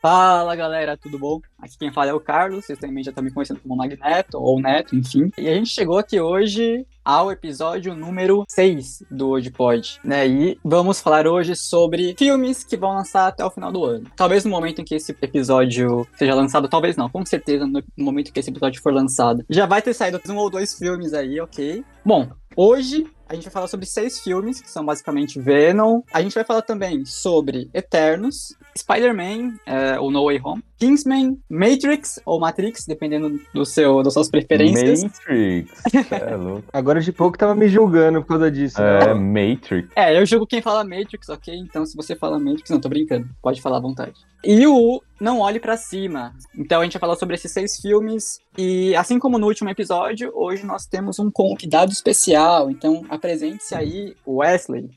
Fala galera, tudo bom? Aqui quem fala é o Carlos, vocês também já estão me conhecendo como Magneto ou Neto, enfim. E a gente chegou aqui hoje ao episódio número 6 do Hoje Pod, né? E vamos falar hoje sobre filmes que vão lançar até o final do ano. Talvez no momento em que esse episódio seja lançado, talvez não, com certeza no momento que esse episódio for lançado, já vai ter saído um ou dois filmes aí, ok? Bom, hoje a gente vai falar sobre seis filmes, que são basicamente Venom. A gente vai falar também sobre Eternos, Spider-Man, é, ou No Way Home, Kingsman, Matrix, ou Matrix, dependendo do seu, das suas preferências. Matrix, é louco. Agora de pouco tava me julgando por causa disso. É, né? Matrix. É, eu julgo quem fala Matrix, ok? Então se você fala Matrix, não, tô brincando, pode falar à vontade. E o Não Olhe Pra Cima. Então a gente vai falar sobre esses seis filmes. E assim como no último episódio, hoje nós temos um convidado especial. Então apresente-se aí, Wesley.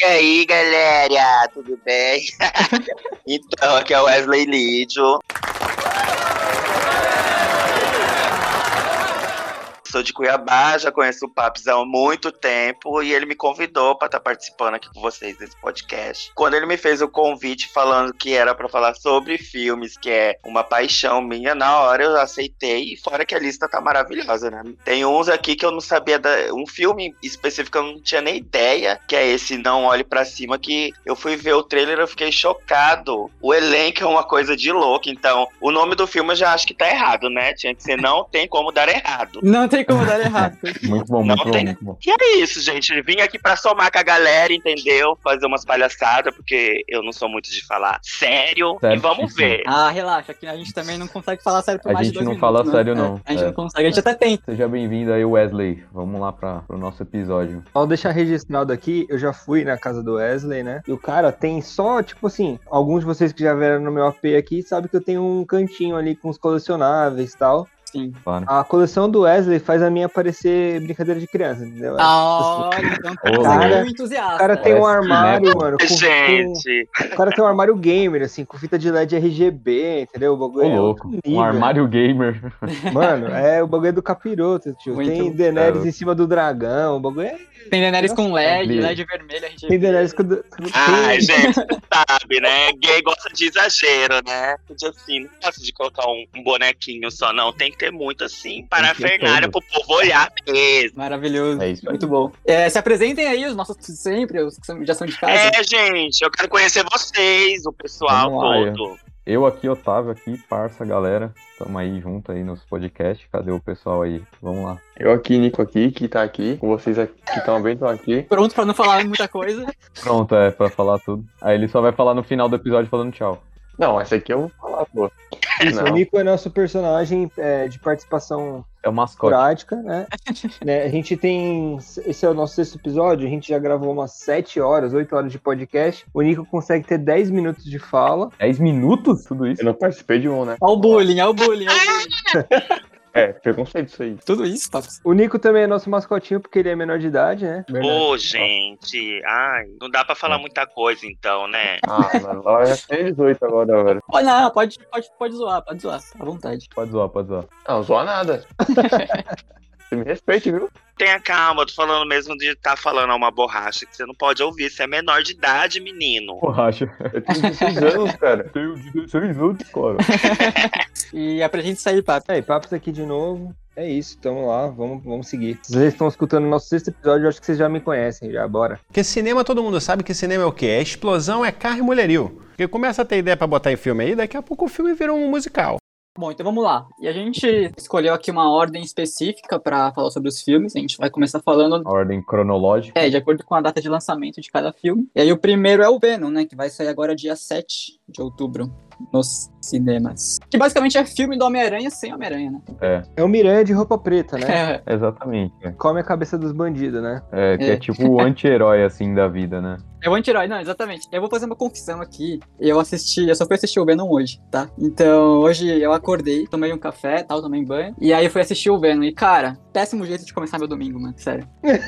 E aí, galera, tudo bem? então, aqui é o Wesley Lídio. Sou de Cuiabá, já conheço o Papis há muito tempo e ele me convidou para estar participando aqui com vocês desse podcast. Quando ele me fez o convite falando que era para falar sobre filmes, que é uma paixão minha, na hora eu aceitei e fora que a lista tá maravilhosa, né? Tem uns aqui que eu não sabia da... um filme específico eu não tinha nem ideia, que é esse Não Olhe para Cima que eu fui ver o trailer eu fiquei chocado. O elenco é uma coisa de louco, então o nome do filme eu já acho que tá errado, né? Tinha que ser Não Tem Como Dar Errado. Não tem como dar errado. Muito bom, Não muito bom, tem. muito bom. E é isso, gente. Vim aqui pra somar com a galera, entendeu? Fazer umas palhaçadas, porque eu não sou muito de falar sério. E Certíssimo. vamos ver. Ah, relaxa, que a gente também não consegue falar sério por A mais de gente dois não minutos, fala né? sério, É, não. a gente É. não consegue, a gente até tenta. Seja bem-vindo aí, Wesley. Vamos lá para o nosso episódio. Ao deixar registrado aqui, eu já fui na casa do Wesley, né? E o cara tem só, tipo assim, alguns de vocês que já vieram no meu AP aqui sabem que eu tenho um cantinho ali com os colecionáveis e tal. Sim. Claro. A coleção do Wesley faz a minha parecer brincadeira de criança, entendeu? Ah, olha, então Ô, você é cara, muito entusiasta. O cara tem um Parece que, né, armário, pô? mano, com, com- gente, o cara tem um armário gamer, assim, com fita de LED RGB, entendeu? O Ô, bagulho é louco. outro Um nível. armário gamer. Mano, é o bagulho é do capiroto, tio. Muito tem Daenerys bom. É. em cima do dragão, o bagulho é Tem Daenerys com LED, Sabia. LED vermelho, a gente Tem Daenerys com. do- com- Ai, Ah, tem- gente, você sabe, né? Gay gosta de exagero, né? Podia assim, não gosto de colocar um, um bonequinho só, não. Tem que ter muito assim, para que ter fernária pro todo. povo olhar mesmo. Maravilhoso. É isso aí. Muito bom. É, se apresentem aí, os nossos de sempre, os que são- já são de casa. É, gente, eu quero conhecer vocês, o pessoal Vamos lá, é todo. Eu aqui, Otávio, aqui, parça, galera. Tamo aí junto aí nos podcast. Cadê o pessoal aí? Vamos lá. Eu aqui, Nico aqui, que tá aqui, com vocês aqui, que também estão aqui. Pronto pra não falar muita coisa. Pronto, é, pra falar tudo. Aí ele só vai falar no final do episódio falando tchau. Não, essa aqui eu vou falar, pô. Isso, o Não. Nico é nosso personagem é, de participação É o mascote. prática, né? Né, A gente tem. Esse é o nosso sexto episódio, a gente já gravou umas 7 horas, 8 horas de podcast. O Nico consegue ter 10 minutos de fala. 10 minutos? Tudo isso? Eu não participei de um, né? Olha o bullying, olha o bullying, olha o bullying. É, preconceito isso aí. Tudo isso, tá? Paps. O Nico também é nosso mascotinho, porque ele é menor de idade, né? Ô, gente, ai, não dá pra É. falar muita coisa então, né? Ah, mano, ela já tem 18 agora, velho. Pode, não, pode, pode, pode zoar, pode zoar, tá à vontade. Pode zoar, pode zoar. Não, zoa nada. Você me respeite, viu? Tenha calma, eu tô falando mesmo de estar tá falando uma borracha que você não pode ouvir, você é menor de idade, menino. Borracha. Eu tenho 16 anos, cara. Tenho 16 minutos, cara. E é pra gente sair, Paps. É, e papos aqui de novo. É isso, tamo lá, vamos, vamos seguir. Se Vocês estão escutando o nosso sexto episódio, eu acho que vocês já me conhecem, já, bora. Porque cinema todo mundo sabe que cinema é o quê? É explosão, é carro e mulherio. Porque começa a ter ideia pra botar em filme aí, daqui a pouco o filme virou um musical. Bom, então vamos lá. E a gente escolheu aqui uma ordem específica pra falar sobre os filmes. A gente vai começar falando A ordem cronológica. É, de acordo com a data de lançamento de cada filme. E aí o primeiro é o Venom, né? Que vai sair agora dia 7 de outubro nos cinemas. Que basicamente é filme do Homem-Aranha sem Homem-Aranha, né? É o Miranha de roupa preta, né? É. Exatamente. é. Come a cabeça dos bandidos, né? É, que é, É. tipo o anti-herói, assim, da vida, né? É o anti-herói, não, exatamente. Eu vou fazer uma confissão aqui. Eu assisti, eu só fui assistir o Venom hoje, tá? Então, hoje eu acordei, tomei um café, tal, tomei banho. E aí eu fui assistir o Venom. E, cara, péssimo jeito de começar meu domingo, mano. Sério.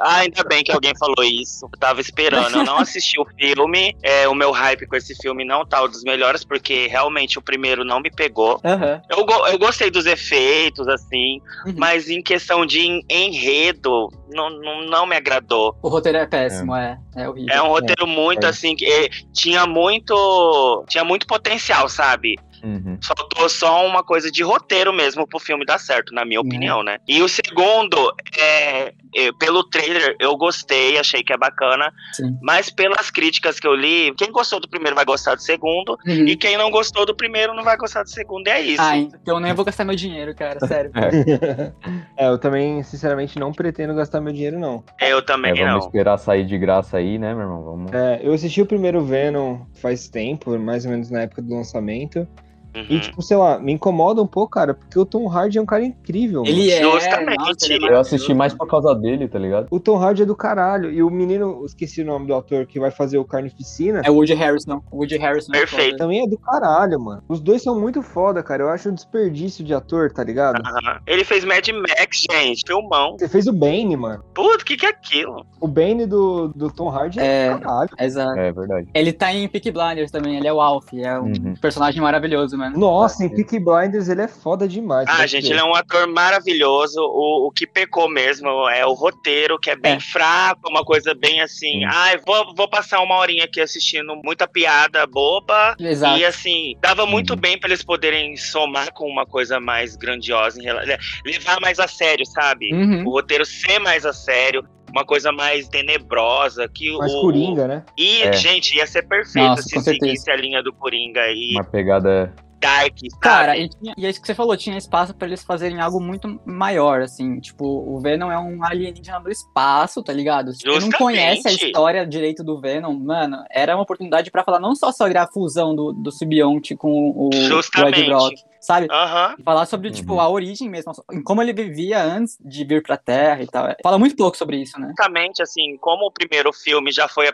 Ah, ainda bem que alguém falou isso. Eu tava esperando. Eu não assisti o filme. É, o meu hype com esse filme não tá o dos melhores, porque realmente o primeiro não me pegou. Aham. Eu, go- eu gostei dos efeitos, assim, Uhum. mas em questão de en- enredo, não, não, não me agradou. O roteiro é péssimo, é. É, horrível. É um roteiro muito é. assim que eh, tinha muito. Tinha muito potencial, sabe? Uhum. Faltou só uma coisa de roteiro mesmo pro filme dar certo, na minha Uhum. opinião, né? E o segundo, é, é, pelo trailer eu gostei, achei que é bacana, Sim. mas pelas críticas que eu li, quem gostou do primeiro vai gostar do segundo, Uhum. e quem não gostou do primeiro não vai gostar do segundo, e é isso. Ah, então eu nem vou gastar meu dinheiro, cara, sério. É, eu também, sinceramente, não pretendo gastar meu dinheiro, não. Eu É, também vamos não. esperar sair de graça aí, né, meu irmão? Vamos. É, eu assisti o primeiro Venom faz tempo, mais ou menos na época do lançamento. E, Uhum. tipo, sei lá, me incomoda um pouco, cara, porque o Tom Hardy é um cara incrível. mano. Ele é. Justamente. nossa, ele é Eu assisti mais por causa dele, tá ligado? O Tom Hardy é do caralho. E o menino, eu esqueci o nome do ator que vai fazer o Carnificina, É o Woody Harris, não. O Woody Harris não. Perfeito. também é do caralho, mano. Os dois são muito foda, cara. Eu acho um desperdício de ator, tá ligado? Aham. Ele fez Mad Max, gente. Filmão. Você fez o Bane, mano. Puta, o que, que é aquilo? O Bane do, do Tom Hardy é, É. do caralho. Exato. É verdade. Ele tá em Peak Blinders também, ele é o Alf, é Então, um Uhum. personagem maravilhoso, mano. Nossa, em Peaky Blinders ele é foda demais. Ah, né? gente, ele é um ator maravilhoso. O, o que pecou mesmo é o roteiro, que é bem É. fraco, uma coisa bem assim. Sim. Ai, vou, vou passar uma horinha aqui assistindo muita piada boba. Exato. E assim, dava muito Uhum. bem pra eles poderem somar com uma coisa mais grandiosa, em rela- le- levar mais a sério, sabe? Uhum. O roteiro ser mais a sério, uma coisa mais tenebrosa. Que Mas o, Coringa, né? E, É. gente, ia ser perfeito Nossa, se com certeza. seguisse a linha do Coringa e Uma pegada. Dark, sabe? Cara, e, tinha- e é isso que você falou, tinha espaço pra eles fazerem algo muito maior, assim. Tipo, o Venom é um alienígena do espaço, tá ligado? Se você não Justamente. conhece a história direito do Venom, mano, era uma oportunidade pra falar não só sobre a fusão do, do simbionte com o, o Justamente. Ed Brock, sabe? Aham. Falar sobre, tipo, Uhum. a origem mesmo, em como ele vivia antes de vir pra Terra e tal. Fala muito pouco sobre isso, né? Exatamente, assim, como o primeiro filme já foi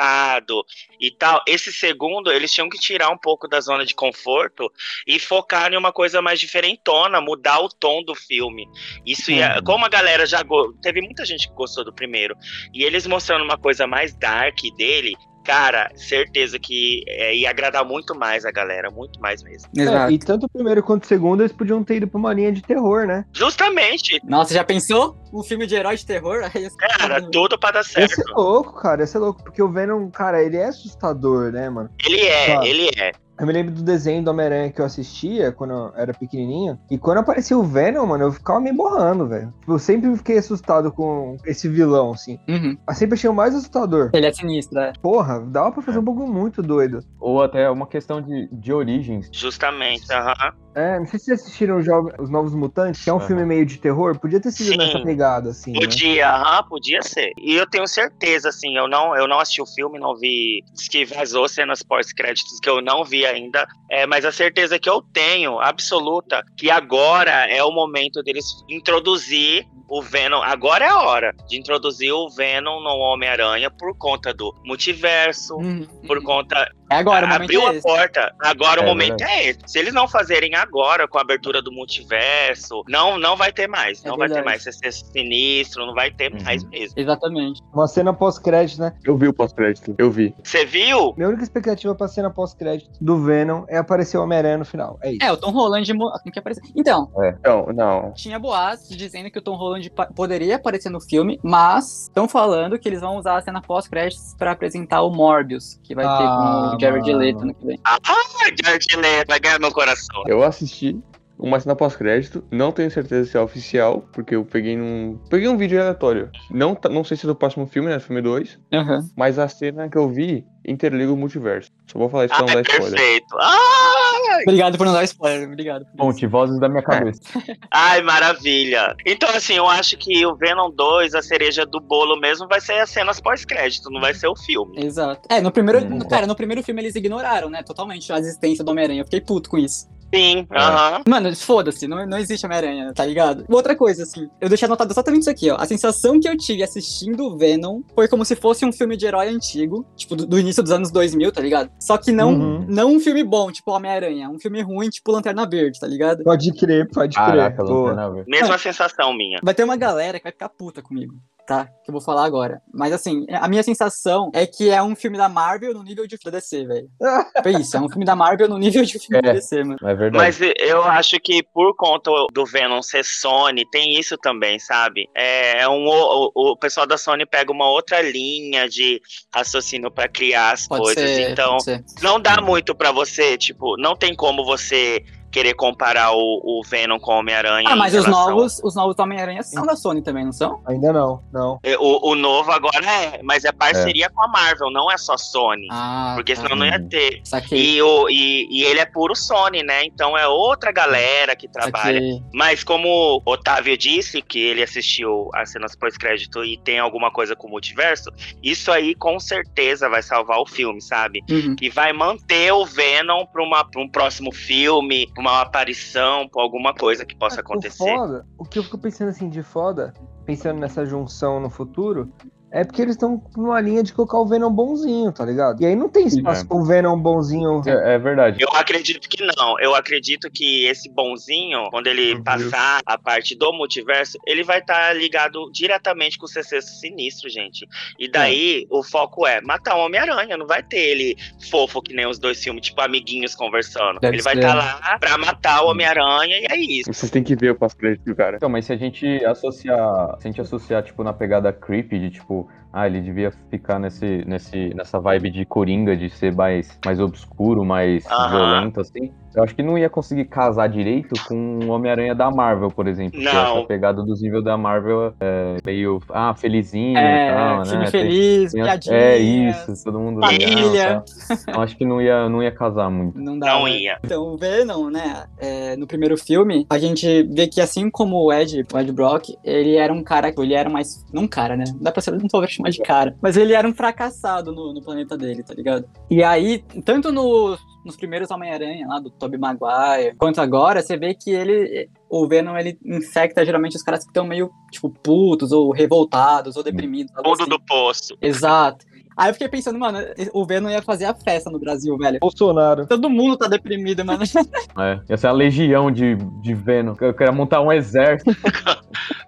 apresentado e tal, esse segundo eles tinham que tirar um pouco da zona de conforto e focar em uma coisa mais diferentona, mudar o tom do filme. Isso ia, Uhum. como a galera já go- teve muita gente que gostou do primeiro e eles mostrando uma coisa mais dark dele, cara, certeza que é, ia agradar muito mais a galera, muito mais mesmo. É, e tanto o primeiro quanto o segundo eles podiam ter ido pra uma linha de terror, né? Justamente, Nossa, já pensou? Um filme de herói de terror? Aí os cara, tudo pra dar Esse certo. é louco, cara. Esse é louco, porque o Venom, cara, ele é assustador, né, mano? Ele é, Claro. ele é. Eu me lembro do desenho do Homem-Aranha que eu assistia quando eu era pequenininho. E quando apareceu o Venom, mano, eu ficava me borrando, velho. Tipo, Eu sempre fiquei assustado com esse vilão, assim. Uhum. Eu sempre achei o mais assustador. Ele é sinistro, é. Porra, dava pra fazer um bagulho muito doido. Ou até uma questão de, de origens. Justamente, aham. É, não sei se vocês assistiram os, jogos, os Novos Mutantes, que é um Aham. filme meio de terror. Podia ter sido Sim. nessa pegada, assim, né? Podia, aham, podia ser. E eu tenho certeza, assim, eu não, eu não assisti o filme, não vi. Diz que vazou cenas pós-créditos que eu não vi ainda. É, mas a certeza que eu tenho, absoluta, que agora é o momento deles introduzir o Venom. Agora é a hora de introduzir o Venom no Homem-Aranha por conta do multiverso. Por conta. Uhum. É agora, o momento abriu é a esse. porta. Agora o É momento é esse. Se eles não fazerem agora com a abertura do multiverso, não, não vai ter mais. É Não vai ter verdade. mais. Vai ser sinistro, não vai ter Uhum. mais mesmo. Exatamente. Uma cena pós-crédito, né? Eu vi o pós-crédito, eu vi. Você viu? Minha única expectativa pra cena pós-crédito do Venom é aparecer o Homem-Aranha no final. É isso. É, o Tom Holland mo- tem que aparecer. Então, Não, não. tinha boatos dizendo que o Tom Holland pa- poderia aparecer no filme, mas estão falando que eles vão usar a cena pós-créditos pra apresentar o Morbius, que vai ter Ah, com o Jared mano. Leto ano que vem. Ah, Jared Leto vai ganhar meu coração. Eu assisti uma cena pós-crédito, não tenho certeza se é oficial, porque eu peguei num. Peguei um vídeo aleatório. Não, tá- não sei se é do próximo filme, né? do Filme 2, Aham. mas a cena que eu vi interliga o multiverso. Só vou falar isso Ah, pra não dar spoiler. perfeito. Ah, Obrigado por não dar spoiler, obrigado. por isso. Fonte, vozes da minha É. cabeça. ai, maravilha. Então, assim, eu acho que o Venom 2, a cereja do bolo mesmo, vai ser as cenas pós-crédito, não vai ser o filme. Exato. É, no primeiro. Hum. no- cara, no primeiro filme eles ignoraram, né? Totalmente a existência do Homem-Aranha. Eu fiquei puto com isso. Sim, É. aham. Mano, foda-se, não, não existe Homem-Aranha, tá ligado? Outra coisa, assim, eu deixei anotado exatamente isso aqui, ó. A sensação que eu tive assistindo o Venom foi como se fosse um filme de herói antigo, tipo, do, do início dos anos 2000, tá ligado? Só que não, Uhum. não um filme bom, tipo Homem-Aranha, um filme ruim, tipo Lanterna Verde, tá ligado? Pode crer, pode crer. Caraca, é Boa. Lanterna Verde. É. Mesma sensação minha. Vai ter uma galera que vai ficar puta comigo. tá? Que eu vou falar agora. Mas assim, a minha sensação é que é um filme da Marvel no nível de filme da DC, velho. é isso, é um filme da Marvel no nível de filme da É. DC, mano. É verdade. Mas eu acho que por conta do Venom ser Sony, tem isso também, sabe? É é um, o, o- o pessoal da Sony pega uma outra linha de raciocínio pra criar as Pode coisas. ser. então, pode ser. não dá muito pra você, tipo, não tem como você querer comparar o, o Venom com o Homem-Aranha. Ah, em mas os relação- novos, os novos Homem-Aranha são da Sony também, não são? Ainda não, não. É, O, o novo agora é, mas é parceria com a Marvel, não é só Sony. Ah, porque tá. senão não ia ter. Saquei. E, o, e, e ele é puro Sony, né? Então é outra galera que trabalha. saquei. Mas como o Otávio disse que ele assistiu as cenas pós-crédito e tem alguma coisa com o multiverso, isso aí com certeza vai salvar o filme, sabe? Uhum. E vai manter o Venom pra, uma, pra um próximo filme, pra uma aparição, pra alguma coisa que Ah, possa acontecer. O, foda, o que eu fico pensando assim de foda, pensando nessa junção no futuro, é porque eles estão numa linha de colocar o Venom bonzinho, tá ligado? E aí não tem espaço É. pro Venom bonzinho. É, é verdade. Eu acredito que não. Eu acredito que esse bonzinho, quando ele Meu Deus. passar a parte do multiverso, ele vai estar ligado diretamente com o CC Sinistro, gente. E daí o foco é matar o Homem-Aranha. Não vai ter ele fofo que nem os dois filmes, tipo amiguinhos conversando. Deve ele vai ser. estar lá pra matar o Homem-Aranha e é isso. Vocês têm que ver o pós-crédito do cara. Então, mas se a gente associar, se a gente associar, tipo, na pegada creepy, de tipo, ah, ele devia ficar nesse, nesse, nessa vibe de coringa, de ser mais, mais obscuro, mais Aham. violento, assim, eu acho que não ia conseguir casar direito com o Homem-Aranha da Marvel, por exemplo. que Não. Essa pegada dos níveis da Marvel é meio, ah, felizinho e É, tal, filme né? Tem- feliz, tem- piadinha. é isso, todo mundo legal, família. tá? Eu acho que não ia, não ia casar muito. Não dá. Não né? ia. Então, o Venom, né? é, no primeiro filme, a gente vê que assim como o Ed, o Ed Brock, ele era um cara. Ele era mais. Não cara, né? Não dá pra ser, não vou chamar de cara. Mas ele era um fracassado no, no planeta dele, tá ligado? E aí, tanto no- nos primeiros Homem-Aranha, lá do Tobey Maguire, quanto agora, você vê que ele. O Venom, ele infecta geralmente os caras que estão meio, tipo, putos, ou revoltados, ou deprimidos. algo Fundo assim. do poço. Exato. Aí eu fiquei pensando, mano, o Venom ia fazer a festa no Brasil, velho. Bolsonaro. Todo mundo tá deprimido, mano. É. Ia ser a legião de, de Venom. Eu queria montar um exército,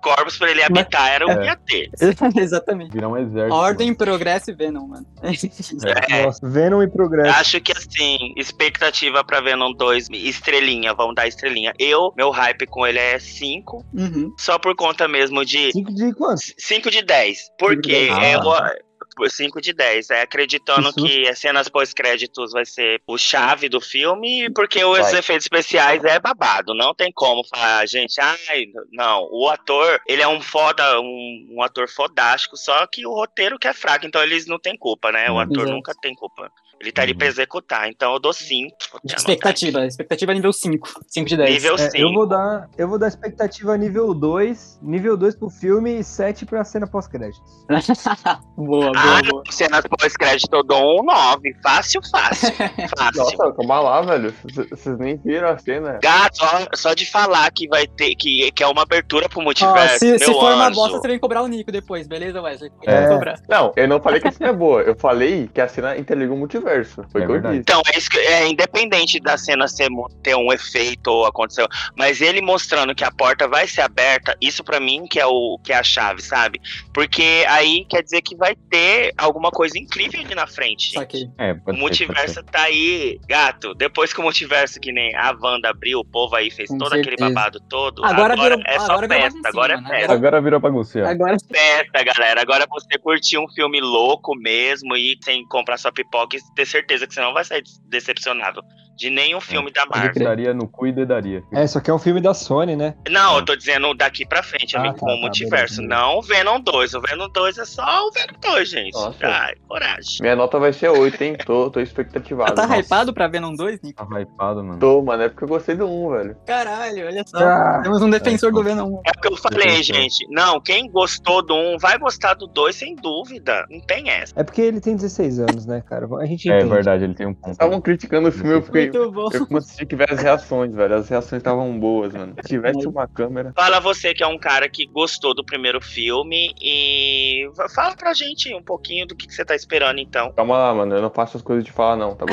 Corpos pra ele habitar era é. o que ia ter. Exatamente. virar um exército. Ordem, progresso e Venom, mano. É. É. Nossa, Venom e progresso. Acho que assim, expectativa pra Venom 2, estrelinha, vamos dar estrelinha. Eu, meu hype com ele é 5, Uhum. só por conta mesmo de 5 de quanto? 5 de 10. Porque Ah. Uhum. é o 5 de 10, é acreditando Que susto. que as cenas pós-créditos vai ser o chave do filme, porque os Vai. efeitos especiais é babado, não tem como falar, "Ah, gente, ai, não, o ator, ele é um foda, um, um ator fodástico, só que o roteiro que é fraco, então eles não têm culpa, né? O Uhum. ator Exato. nunca tem culpa. Ele tá ali Uhum. pra executar, então eu dou 5. Expectativa. Expectativa nível 5. 5 de 10. tá. Nível É, 5. eu vou dar, eu vou dar expectativa nível 2, nível 2 pro filme e 7 pra cena pós-créditos. boa, Ah, boa, boa. cenas pós-crédito eu dou um 9. Fácil, fácil. fácil. Nossa, calma lá, velho. Vocês vocês nem viram a cena. Gato, ó, só de falar que vai ter que, que é uma abertura pro Ó, multiverso. se, se meu for uma anjo. bosta, você vem cobrar o Nico depois, beleza, Wesley? Vem É. cobrar. Não, eu não falei que a cena é boa. Eu falei que a cena interliga o multiverso. Foi o É que eu verdade. disse. Então, é, isso que- é independente da cena ser mu- ter um efeito ou aconteceu, mas ele mostrando que a porta vai ser aberta, isso pra mim que é o que é a chave, sabe? Porque aí quer dizer que vai ter alguma coisa incrível ali na frente. gente. Saquei. É, O pode ser, pode ser. multiverso tá aí, gato. Depois que o multiverso, que nem a Wanda abriu, o povo aí fez Com todo aquele certeza. babado todo. Agora virou- é só agora virou festa, baguncinha, agora é né? festa. Agora virou bagunceiro. Agora Festa, galera. Agora você curtir um filme louco mesmo e sem comprar sua pipoca e ter certeza que você não vai sair decepcionado de É, nenhum filme da Eu Marvel. daria no cu e dedaria. É, só que é um filme da Sony, né? É. Não, eu tô dizendo daqui pra frente, Ah, amigo, tá, com o tá, multiverso. beleza. não o Venom 2. O Venom 2 é só o Venom 2, gente. Nossa. Ai, coragem. Minha nota vai ser 8, hein? Tô, tô expectativado. tá Nossa. hypado pra Venom 2, Nico? Tá hypado, mano. Tô, mano. É porque eu gostei do 1, velho. Caralho, olha só. Ah, Temos um defensor do Venom 1. É o que eu falei, Entendi. gente. Não, quem gostou do 1 vai gostar do 2, sem dúvida. Não tem essa. É porque ele tem 16 anos, né, cara? A gente É entende. verdade, ele tem um ponto. Tá Uhum. Estavam criticando o filme, eu fiquei, muito bom. Eu consegui ver as reações, velho. As reações estavam boas, mano. Se tivesse uma câmera. Fala você que é um cara que gostou do primeiro filme e va- fala pra gente um pouquinho do que, que você tá esperando então. Calma lá, mano. Eu não faço as coisas de falar, não, tá bom?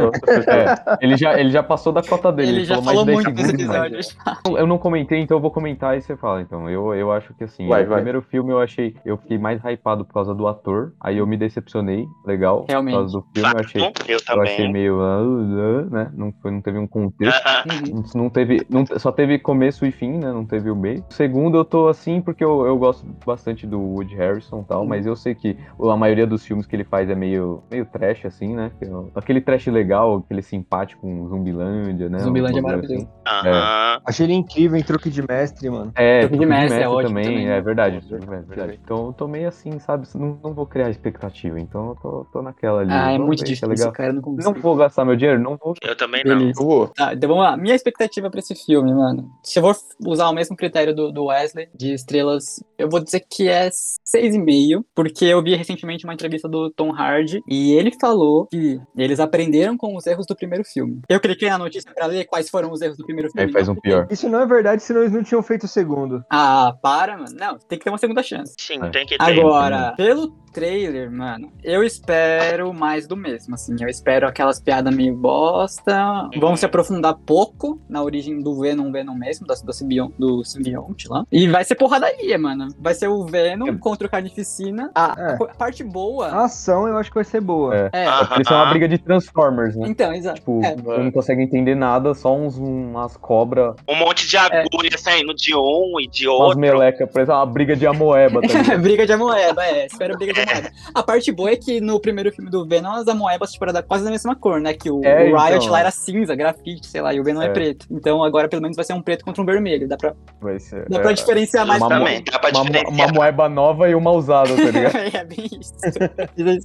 eu- É, ele, já, ele já passou da cota dele. Ele, já mais falou 10 muito nesse segundos, mas- episódio. Não, Eu não comentei, então eu vou comentar e você fala. Então, eu, eu acho que assim, Vai, o vai. primeiro filme eu achei, eu fiquei mais hypado por causa do ator, aí eu me decepcionei, legal, Realmente. por causa do filme, eu achei, Fato, eu eu achei também. meio, ah, ah, né, não, foi, não teve um contexto. Aham. Uhum. Não teve, não- só teve começo e fim, né? Não teve o meio. Segundo, eu tô assim porque eu, eu gosto bastante do Woody Harrison e Uhum. tal, mas eu sei que a maioria dos filmes que ele faz é meio, meio trash, assim, né? que eu- Aquele trash legal, aquele simpático, um Zumbilândia, né? Zumbilândia é Um bagulho maravilhoso. Aham. Achei ele incrível em truque de mestre, mano. É, Truque de Truque de Mestre Mestre é ótimo também, também, é né? verdade, Pô, Truque de Mestre, verdade. verdade. Então eu tô meio assim, sabe, não, não vou criar expectativa, então eu tô, tô naquela ali. Ah, é vamos muito ver se difícil, legal. cara. Eu não consigo. Não vou gastar meu dinheiro, não vou. Eu também não. Eu vou. Tá, então vamos lá. Minha expectativa pra esse filme, mano. Se eu for usar o mesmo critério do, do Wesley, de estrelas, eu vou dizer que é 6,5, porque eu vi recentemente uma entrevista do Tom Hardy e ele falou que eles aprenderam com os erros do primeiro filme. Eu cliquei na notícia pra ler quais foram os erros do primeiro filme. Aí faz um pior. Isso não é verdade, senão eles não tinham feito o segundo. Ah, para, mano. Não, tem que ter uma segunda chance. Sim, É. tem que ter. Agora, pelo trailer, mano, eu espero mais do mesmo, assim. Eu espero aquelas piadas meio bosta. Vão se aprofundar pouco na origem do Venom, Venom mesmo, da- do, simbion- do simbionte lá. E vai ser porradaria, mano. Vai ser o Venom contra o Carnificina. A, É. a co- a parte boa... A ação eu acho que vai ser boa. É. É, Ah. Isso é uma briga de Transformers, né? então, exato. Tipo, É. eu não consegue entender nada, só uns, umas cobras, Um monte de É. agulha saindo de um e de umas outro. melecas, parece uma briga de amoeba, tá ligado? briga de amoeba, é. Espero briga de amoeba. A parte boa é que no primeiro filme do Venom, as amoebas tipo, eram quase da mesma cor, né? Que o, É, o Riot então. lá era cinza, grafite, sei lá, e o Venom é. É. preto. Então agora pelo menos vai ser um preto contra um vermelho. Dá pra, Vai ser. dá pra é, diferenciar mais uma também. Também, dá pra uma, uma diferenciar. moeba nova e uma usada, tá ligado? é bem isso.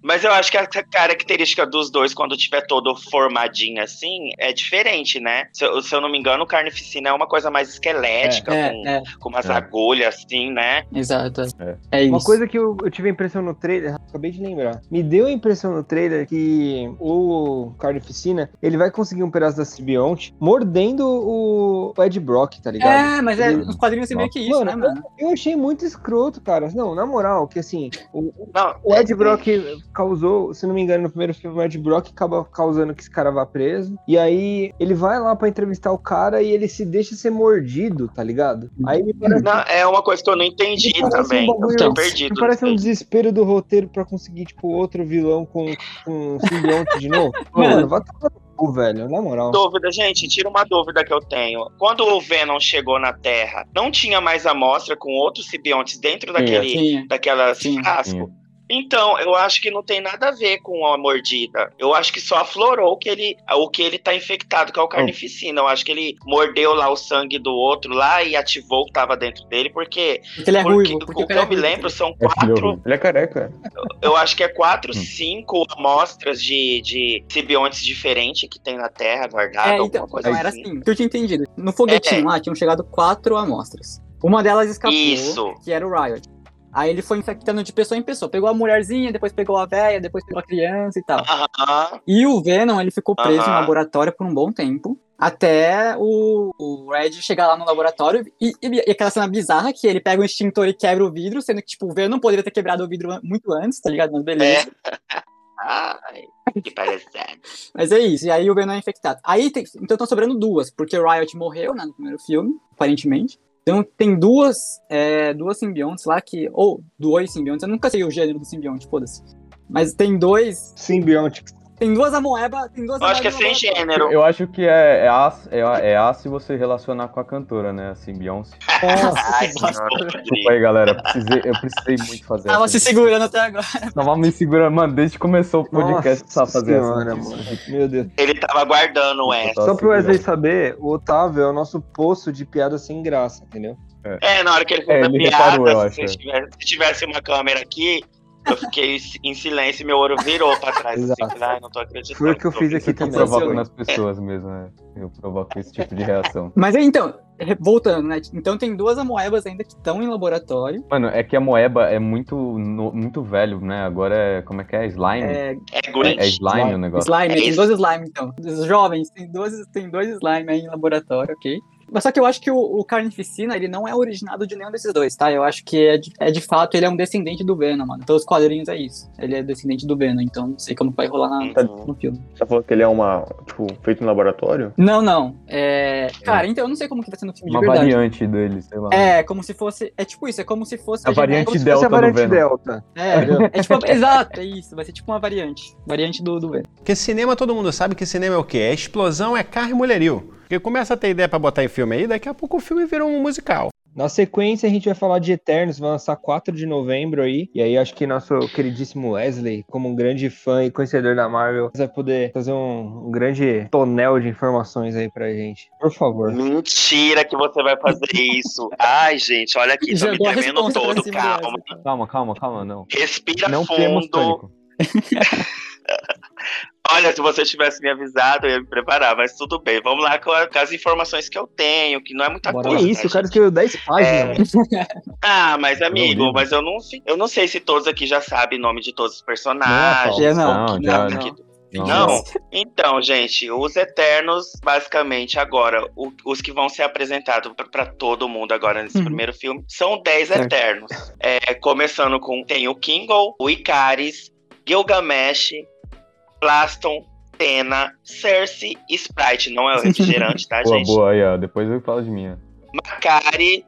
Mas eu acho que a característica dos dois, quando tiver todo formadinho assim, é diferente, né? Se eu, se eu não me engano, o carnificina é uma coisa mais esquelética, com, é, é, com umas É. agulhas assim, né? exato. É. É, isso. Uma coisa que eu, eu tive a impressão no trailer, acabei de lembrar. Me deu a impressão no trailer que o Carnificina, ele vai conseguir um pedaço da Sibionte mordendo o, o Ed Brock, tá ligado? É, mas é, os quadrinhos é meio que isso, Mano, né, mano? Eu achei muito escroto, cara. Não, na moral, que assim, o, Não, o Ed Brock causou, se não me engano, no primeiro filme, o Ed Brock acaba causando que esse cara vá preso. E aí ele vai lá pra entrevistar o cara e ele se deixa ser mordido, tá ligado? Aí me parece não, é uma coisa que eu não entendi Parece um também. eu bagulho- fiquei Então, perdido. Me parece um desespero do roteiro pra conseguir, tipo, outro vilão com, com um simbionte de novo. Mano. Mano, vai tomar no cu, velho, na moral. Dúvida, gente, tira uma dúvida que eu tenho. Quando o Venom chegou na Terra, não tinha mais amostra com outros simbiontes dentro daquele, Sim. daquela Sim. casco? Então, eu acho que não tem nada a ver com a mordida. Eu acho que só aflorou o que ele, o que ele tá infectado, que é o carnificina. Eu acho que ele mordeu lá o sangue do outro lá e ativou o que tava dentro dele, porque, Porque ele é porque, ruivo. Porque o que cara é eu me ruivo. lembro são ele é quatro, ruivo. Ele é careca. eu acho que é quatro, Hum. cinco amostras de, de simbiontes diferentes que tem na Terra guardada, É, alguma então, coisa então era assim. assim. Que eu tinha entendido. No foguetinho É. lá tinham chegado quatro amostras. Uma delas escapou, Isso. que era o Riot. Aí ele foi infectando de pessoa em pessoa. Pegou a mulherzinha, depois pegou a velha, depois pegou a criança e tal. Aham. é. E o Venom, ele ficou preso Aham. no laboratório por um bom tempo. Até o, o Red chegar lá no laboratório e, e- e aquela cena bizarra que ele pega o extintor e quebra o vidro, sendo que, tipo, o Venom poderia ter quebrado o vidro an- muito antes, tá ligado? Mas beleza. Ai, que palhaçada. Mas é isso, e aí o Venom é infectado. Aí tem- então estão sobrando duas, porque o Riot morreu né, no primeiro filme, aparentemente. Então tem duas, é, duas simbiontes lá que. Ou dois simbiontes, eu nunca sei o gênero do simbionte, foda-se. Mas tem dois. Simbionte. Tem duas amoeba, tem duas Eu acho que é amoeba- sem gênero. Eu acho que é, é, a, é, a- é a se você relacionar com a cantora, né? Assim, Beyoncé. Ai, Nossa, que bosta. senhora, Desculpa aí, galera. Precisei, eu precisei muito fazer Tava essa. se segurando até agora. Tava me segurando, mano. Desde que começou o podcast, Nossa precisava fazer essa. senhora, mano. Meu Deus. Ele tava guardando o S. Tá Só pro Wesley segurando. saber, o Otávio é o nosso poço de piada sem graça, entendeu? É, na hora que ele fez É, a ele piada, reparou, eu se, acho. tivesse, se tivesse uma câmera aqui, eu fiquei em silêncio e meu olho virou pra trás. assim, Exato. falei, Ai, não tô acreditando. Foi o que eu tô fiz vendo." aqui Eu também. provoco nas pessoas mesmo, né? Eu provoco esse tipo de reação. Mas é, então, voltando, né? Então tem duas amoebas ainda que estão em laboratório. Mano, é que a Moeba é muito, no- muito velho, né? Agora é. Como é que é? Slime? É, É, É é Grinch. slime o negócio. slime, É tem isso. dois slime então. Os jovens, tem dois, tem dois slime aí em laboratório, ok? Mas só que eu acho que o, o Carnificina, ele não é originado de nenhum desses dois, tá? Eu acho que é de, é de fato, ele é um descendente do Venom, mano. Então os quadrinhos é isso. Ele é descendente do Venom, então não sei como vai rolar na- Uhum. no filme. Você falou que ele é uma. Tipo, feito no laboratório? Não, não. É... Cara, então eu não sei como que vai ser no filme Uma de verdade. variante dele, sei lá. É, como se fosse. É tipo isso, é como se fosse. A variante como se Delta Essa é a do Venom. variante Delta. É, é tipo, exato, é isso. Vai ser tipo uma variante. Variante do, do Venom. Porque cinema, todo mundo sabe que cinema é o quê? É explosão, é carro e mulherio. Porque começa a ter ideia pra botar em filme aí, daqui a pouco o filme vira um musical. Na sequência, a gente vai falar de Eternos, vai lançar 4 de novembro aí. E aí, acho que nosso queridíssimo Wesley, como um grande fã e conhecedor da Marvel, vai poder fazer um, um grande tonel de informações aí pra gente. Por favor. Mentira que você vai fazer isso. Ai, gente, olha aqui, tô me Jogou a tremendo resposta pra todo, cima do calma. Wesley, tá? Calma, calma, calma, não. Respira Não temos fundo. pânico. Olha, se você tivesse me avisado, eu ia me preparar, mas tudo bem. Vamos lá com, a- com as informações que eu tenho, que não é muita Bora Que lá. coisa. isso, né, o cara né? gente? É, escreveu 10 páginas. velho. Ah, mas amigo, livro. mas eu não, sei- eu não sei se todos aqui já sabem o nome de todos os Não, personagens. Já não. Não, já- não. que- Não. Não, então, gente, os Eternos, basicamente, agora, o- os que vão ser apresentados pra- pra todo mundo agora nesse Uhum. primeiro filme, são 10 Certo. Eternos. É, começando com, tem o Kingle, o Icaris, Gilgamesh, Plaston, Tena, Cersei, Sprite, não é o refrigerante, tá, Boa, gente? boa, aí, ó. Depois eu falo de mim. ó. Macari,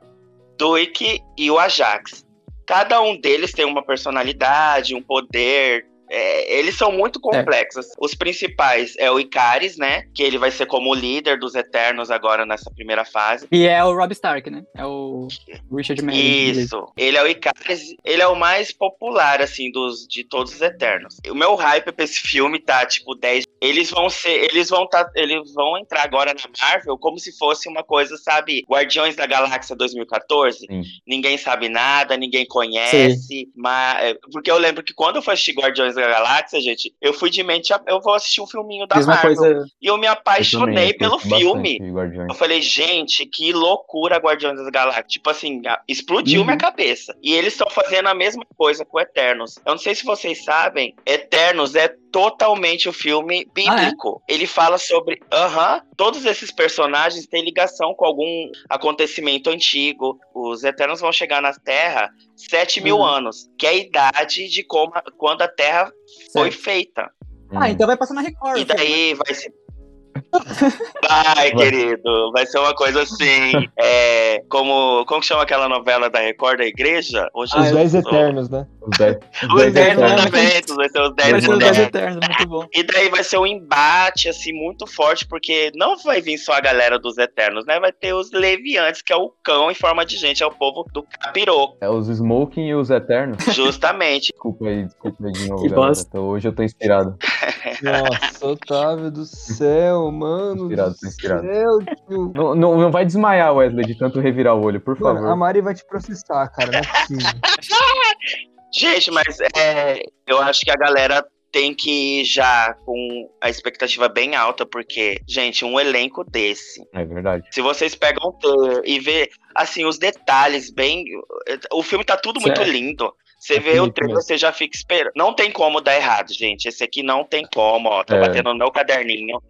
Duik e o Ajax. Cada um deles tem uma personalidade, um poder. é, eles são muito complexos. Os principais é o Icaris, né? Que ele vai ser como o líder dos Eternos agora nessa primeira fase. E é o Rob Stark, né? É o Richard Madden. Isso. Ele é o Icaris, ele é o mais popular, assim, dos, de todos os Eternos. O meu hype pra esse filme tá, tipo, 10. Eles vão ser. Eles vão tá, Eles vão entrar agora na Marvel como se fosse uma coisa, sabe, Guardiões da Galáxia 2014. Sim. Ninguém sabe nada, ninguém conhece. Mas, é, porque eu lembro que quando eu fui assistir Guardiões da Galáxia, gente, eu fui de mente, a- eu vou assistir um filminho da Mesma Marvel. coisa. E eu me Eu também, apaixonei eu pelo curto bastante filme. de Guardiões. Eu falei, gente, que loucura Guardiões das Galáxias. Tipo assim, a- explodiu Uhum. minha cabeça. E eles estão fazendo a mesma coisa com Eternos. Eu não sei se vocês sabem, Eternos é totalmente o filme Ah, bíblico. é? Ele fala sobre, aham, todos esses personagens têm ligação com algum acontecimento antigo. Os Eternos vão chegar na Terra 7 mil Uhum. anos, que é a idade de como, quando a Terra foi feita. Ah, então vai passar na Record. E daí vai ser. Vai, querido. Vai ser uma coisa assim. É, como, como que chama aquela novela da Record da Igreja? Hoje Ah, Os eu- 10 Eternos, né? Os dez- os Os dez Dez Eternos. eternos. Mandamentos, vai ser os Dez Vai ser os Mandamentos. Dez Eternos, muito bom. E daí vai ser um embate, assim, muito forte, porque não vai vir só a galera dos Eternos, né? Vai ter os Leviantes, que é o cão em forma de gente, é o povo do capiroco, É os Smoking e os Eternos. justamente. Desculpa aí, desculpa aí de novo, Que galera. bosta. Tô- hoje eu tô inspirado. Nossa, Otávio do céu, mano. Inspirado, do tô inspirado. céu, tio. Não, não, não vai desmaiar, Wesley, de tanto revirar o olho, por Mano, a favor. Mari vai te processar, cara. Não é possível. Gente, mas é, eu acho que a galera tem que ir já com a expectativa bem alta, porque, gente, um elenco desse. É verdade. Se vocês pegam o trailer e vê, assim, os detalhes bem. O filme tá tudo muito Certo. lindo. Você É vê o bonito trailer, mesmo. você já fica esperando. Não tem como dar errado, gente. Esse aqui não tem como, ó. Tô É. batendo no meu caderninho.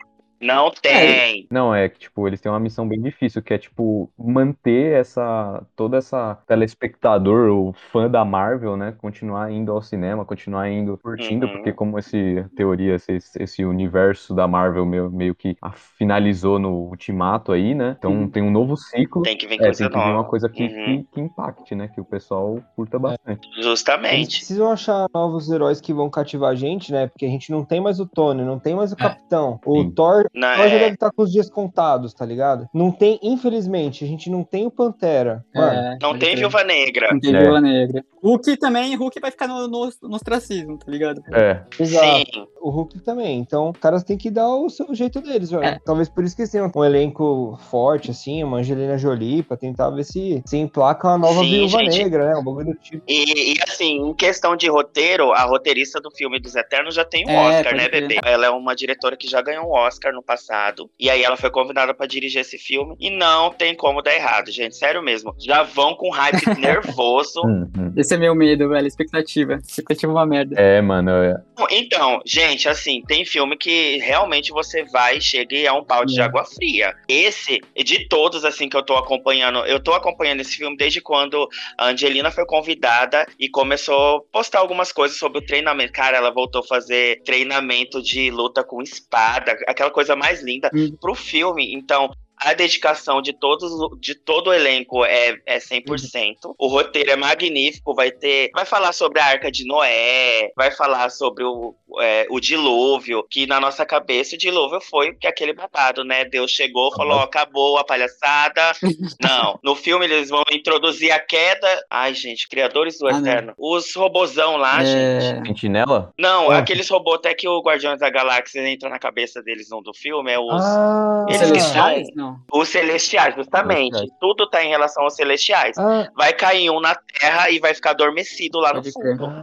Não tem. Não, é que, tipo, eles têm uma missão bem difícil, que é, tipo, manter essa, toda essa telespectador, o fã da Marvel, né, continuar indo ao cinema, continuar indo curtindo, Uhum. porque como esse, teoria, esse, esse universo da Marvel meio, meio que a- finalizou no Ultimato aí, né, então Uhum. tem um novo ciclo, Tem que vir é, coisa tem que vir uma nova. coisa que, Uhum. que, que impacte, né, que o pessoal curta bastante. Eles Justamente. precisam achar novos heróis que vão cativar a gente, né? Porque a gente não tem mais o Tony, não tem mais o Capitão. O Sim. Thor Na- Nós já é, deve estar com os dias contados, tá ligado? Não tem, infelizmente, a gente não tem o Pantera. Mano, É, não pode tem crer. viúva negra. Não tem É. Viúva Negra. Hulk também, Hulk vai ficar no, no, no ostracismo, tá ligado? É, exato. Sim. o Hulk também. Então, os caras têm que dar o, seu- o jeito deles, velho. É. Talvez por isso que eles tenham um elenco forte, assim, uma Angelina Jolie, pra tentar ver se, se emplaca uma nova Sim, viúva gente. negra, né? Um bagulho do tipo. E, e, assim, em questão de roteiro, a roteirista do filme dos Eternos já tem um É, Oscar, pode né, crer. bebê? Ela é uma diretora que já ganhou um Oscar no ano passado. E aí ela foi convidada pra dirigir esse filme. E não tem como dar errado, gente. Sério mesmo. Já vão com hype nervoso. Hum, hum. Esse é meu medo, velho. Expectativa. Expectativa é uma merda. É, mano. é- Então, gente, assim, tem filme que realmente você vai e chega e é um balde de água fria. Esse, de todos, assim, que eu tô acompanhando, eu tô acompanhando esse filme desde quando a Angelina foi convidada e começou a postar algumas coisas sobre o treinamento. Cara, ela voltou a fazer treinamento de luta com espada, aquela coisa mais linda, Hum. pro filme. Então. A dedicação de, todos, de todo o elenco é, é 100%. Uhum. O roteiro é magnífico, vai ter... Vai falar sobre a Arca de Noé, vai falar sobre o, é, o dilúvio, que na nossa cabeça o dilúvio foi que aquele babado, né? Deus chegou, falou, ó, acabou a palhaçada. não, no filme eles vão introduzir a queda. Ai, gente, criadores do Ah, não. eterno. Os robozão lá, É. Ah, gente. Sentinela? Não, Ah. aqueles robôs até que o Guardiões da Galáxia entra na cabeça deles no do filme, é os, Ah, Eles que são- Celestiais? Não. os celestiais, justamente. Celestiais. Tudo tá em relação aos celestiais. ah, Vai cair um na Terra e vai ficar adormecido lá no Pode fundo.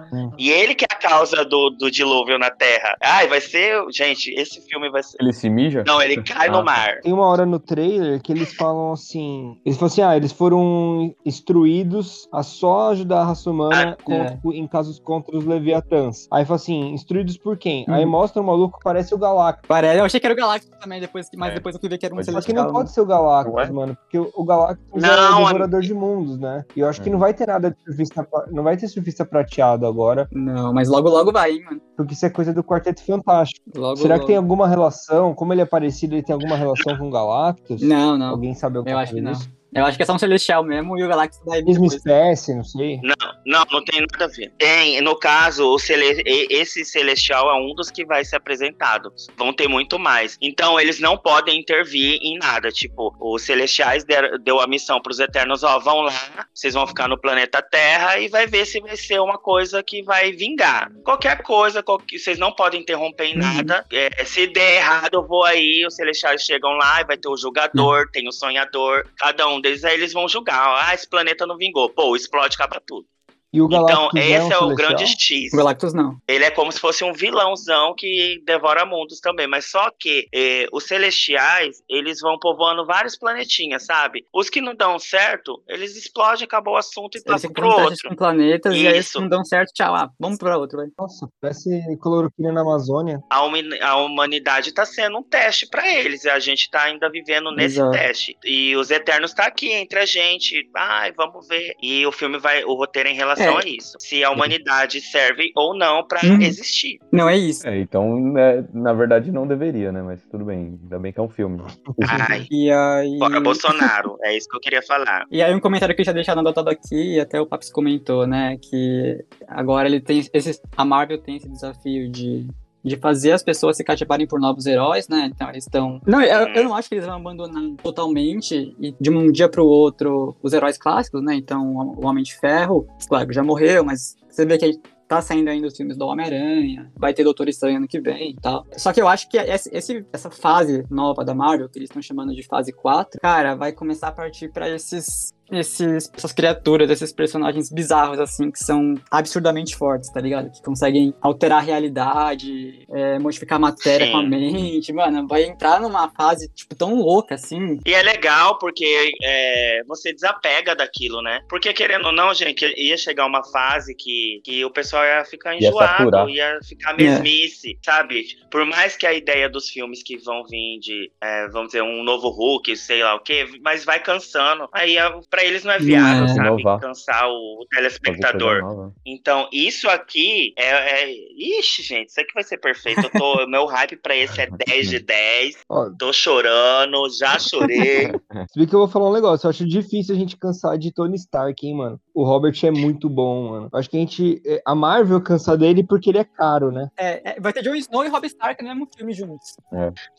crer. E ele que é a causa do, do dilúvio na Terra. Ai, vai ser. Gente, esse filme vai ser. Ele se mija? Não, ele cai Ah. no mar. Tem uma hora no trailer que eles falam assim. Eles falam assim: ah, eles foram instruídos a só ajudar a raça humana Ah, é. contra- em casos contra os Leviatãs. Aí fala assim: instruídos por quem? Aí Uhum. mostra o maluco que parece o Galactus. Parece, eu achei que era o Galáctico também, depois, que- mas É. depois eu fui ver que era um Pode- Só que celestial. não pode ser o Galactus, Ué? mano. Porque o o Galactus é Não, o é- devorador de mundos, né? E eu acho É. que Hum. não vai ter nada de surfista. pra- Não vai ter surfista prateado agora. Não, mas logo logo vai, hein, mano. Porque isso é coisa do Quarteto Fantástico. Logo, Será logo. que tem alguma relação? Como ele é parecido, ele tem alguma relação com o Galactus? Não, não. Alguém sabe alguma Eu acho que coisa não. disso? Eu acho que é só um celestial mesmo e o Galáctico vai vir Mesma depois. espécie, não sei. Não, não tem nada a ver. Tem, no caso, o cele- e- esse Celestial é um dos que vai ser apresentado. Vão ter muito mais. Então, eles não podem intervir em nada. Tipo, os Celestiais deram, deu a missão pros Eternos, ó, vão lá, vocês vão ficar no planeta Terra e vai ver se vai ser uma coisa que vai vingar. Qualquer coisa, qualquer- vocês não podem interromper em Uhum. nada. É, se der errado, eu vou aí, os Celestiais chegam lá e vai ter o Julgador, tem o Sonhador. Cada um deles, aí eles vão julgar. Ah, esse planeta não vingou. Pô, explode, acaba tudo. E o Então, Galactus esse é, um o grande celestial? X. O Galactus não. Ele é como se fosse um vilãozão que devora mundos também. Mas só que eh, os celestiais, eles vão povoando vários planetinhas, sabe? Os que não dão certo, eles explodem, acabou o assunto e Eles assim. passam ficam pro fazendo testes outro. com planetas e aí se Isso. não dão certo, tchau. Ah, vamos pra outro, velho. Nossa, parece cloroquina na Amazônia. A, humi- a humanidade tá sendo um teste pra eles. E a gente tá ainda vivendo nesse Exato. teste. E os Eternos tá aqui entre a gente. Ai, vamos ver. E o filme vai, o roteiro é em relação É. a isso. Se a humanidade serve ou não pra Uhum. existir. Não é isso. É, então, né, na verdade, não deveria, né? Mas tudo bem. Ainda bem que é um filme. Ai. E aí. Fora Bolsonaro, é isso que eu queria falar. E aí um comentário que eu tinha deixado anotado aqui, e até o Paps comentou, né, que agora ele tem esse, a Marvel tem esse desafio de, de fazer as pessoas se cativarem por novos heróis, né, então eles estão... Não, eu, eu não acho que eles vão abandonar totalmente, e de um dia pro outro, os heróis clássicos, né, então o Homem de Ferro, claro, já morreu, mas você vê que tá saindo ainda os filmes do Homem-Aranha, vai ter Doutor Estranho ano que vem e tal. Só que eu acho que esse- esse- essa fase nova da Marvel, que eles estão chamando de fase 4, cara, vai começar a partir pra esses. Esses, essas criaturas, esses personagens bizarros, assim, que são absurdamente fortes, tá ligado? Que conseguem alterar a realidade, é, modificar a matéria Sim. com a mente, mano. Vai entrar numa fase, tipo, tão louca, assim. E é legal porque é, você desapega daquilo, né? Porque querendo ou não, gente, ia chegar uma fase que, que o pessoal ia ficar Ia enjoado, saturar. ia, ficar mesmice, sabe? Por mais que a ideia dos filmes que vão vir de, é, vamos dizer, um novo Hulk, sei lá o quê, mas vai cansando. Aí é- pra eles não é Não viável, é. sabe? Inovar. Cansar o, o Fazer telespectador. coisa nova. Então, isso aqui é, é- Ixi, gente, isso aqui vai ser perfeito. Eu tô... Meu hype pra esse é 10 de 10. Ó. Tô chorando, já chorei. Se bem que eu vou falar um negócio, eu acho difícil a gente cansar de Tony Stark, hein, mano. O Robert é muito bom, mano. Eu Acho que a gente. é, A Marvel cansa dele porque ele é caro, né? É, é, vai ter Jon Snow e Rob Stark no mesmo filme juntos.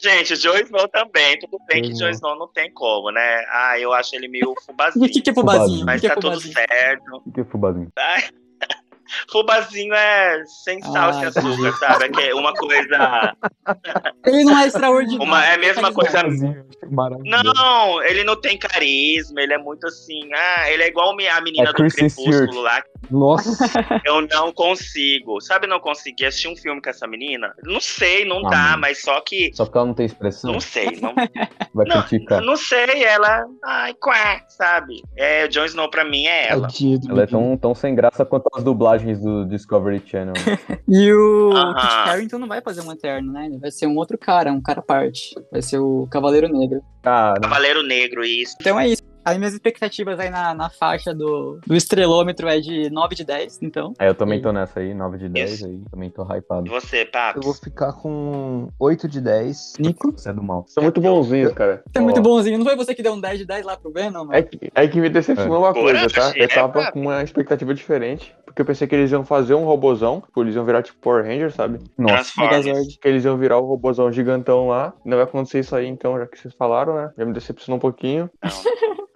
Gente, o Joe Snow também. Tudo bem que Uhum. o Joe Snow não tem como, né? Ah, eu acho ele meio E o que, fubazinho. que é Fubazinho? O Mas que é tá tudo Fubazinho? certo. O que é fubazinho? Ai, Fubazinho é sem sal, Ah, sem açúcar, sabe? É que é uma coisa. Ele não é extraordinário. Uma, é a mesma coisa. Maravilhoso. Não, ele não tem carisma, ele é muito assim. Ah, ele é igual a menina É do Kristen Crepúsculo Stewart. lá. Nossa. Eu não consigo. Sabe, não consegui assistir um filme com essa menina? Não sei, não Ah, dá, mano. mas só que. Só Tá. porque ela não tem expressão, Não sei, não, vai Então, não, criticar. não sei, ela. Ai, quá, sabe? É, o Jon Snow pra mim é ela. Tadinho do Ela é menino. tão, tão sem graça quanto as dublagens do Discovery Channel. né? E o Aham. Kit Harington não vai fazer um eterno, né? Ele Vai ser um outro cara, um cara à parte. Vai ser o Cavaleiro Negro. Cara, Cavaleiro Negro, isso. Então é isso. As minhas expectativas aí na, na faixa do, do estrelômetro é de 9 de 10, então. é, eu também tô nessa aí, 9 de 10 Isso. aí, também tô E hypado. você, Eu Paps? vou ficar com 8 de 10. Nico, Você é do mal. São muito bonzinhos, cara. você é muito bonzinho. Não foi você que deu um 10 de 10 lá pro Venom, né? mano? É que, é que me decepcionou uma Coragem, coisa, tá? é, Eu tava cara. com uma expectativa diferente, porque eu pensei que eles iam fazer um robozão, tipo, eles iam virar tipo Power Ranger, sabe? Nossa, Transformers. Que eles iam virar o robozão gigantão lá. Não vai acontecer isso aí, então, já que vocês falaram, né? Já me decepcionou um pouquinho. Não.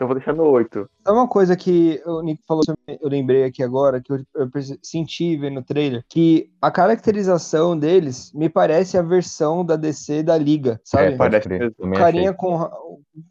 Então eu vou deixar no 8. É uma coisa que o Nico falou, eu lembrei aqui agora, que eu, eu perce- senti vendo no trailer, que a caracterização deles me parece a versão da DC da Liga, sabe? é, pode parece crer. mesmo. o também achei. carinha com ra-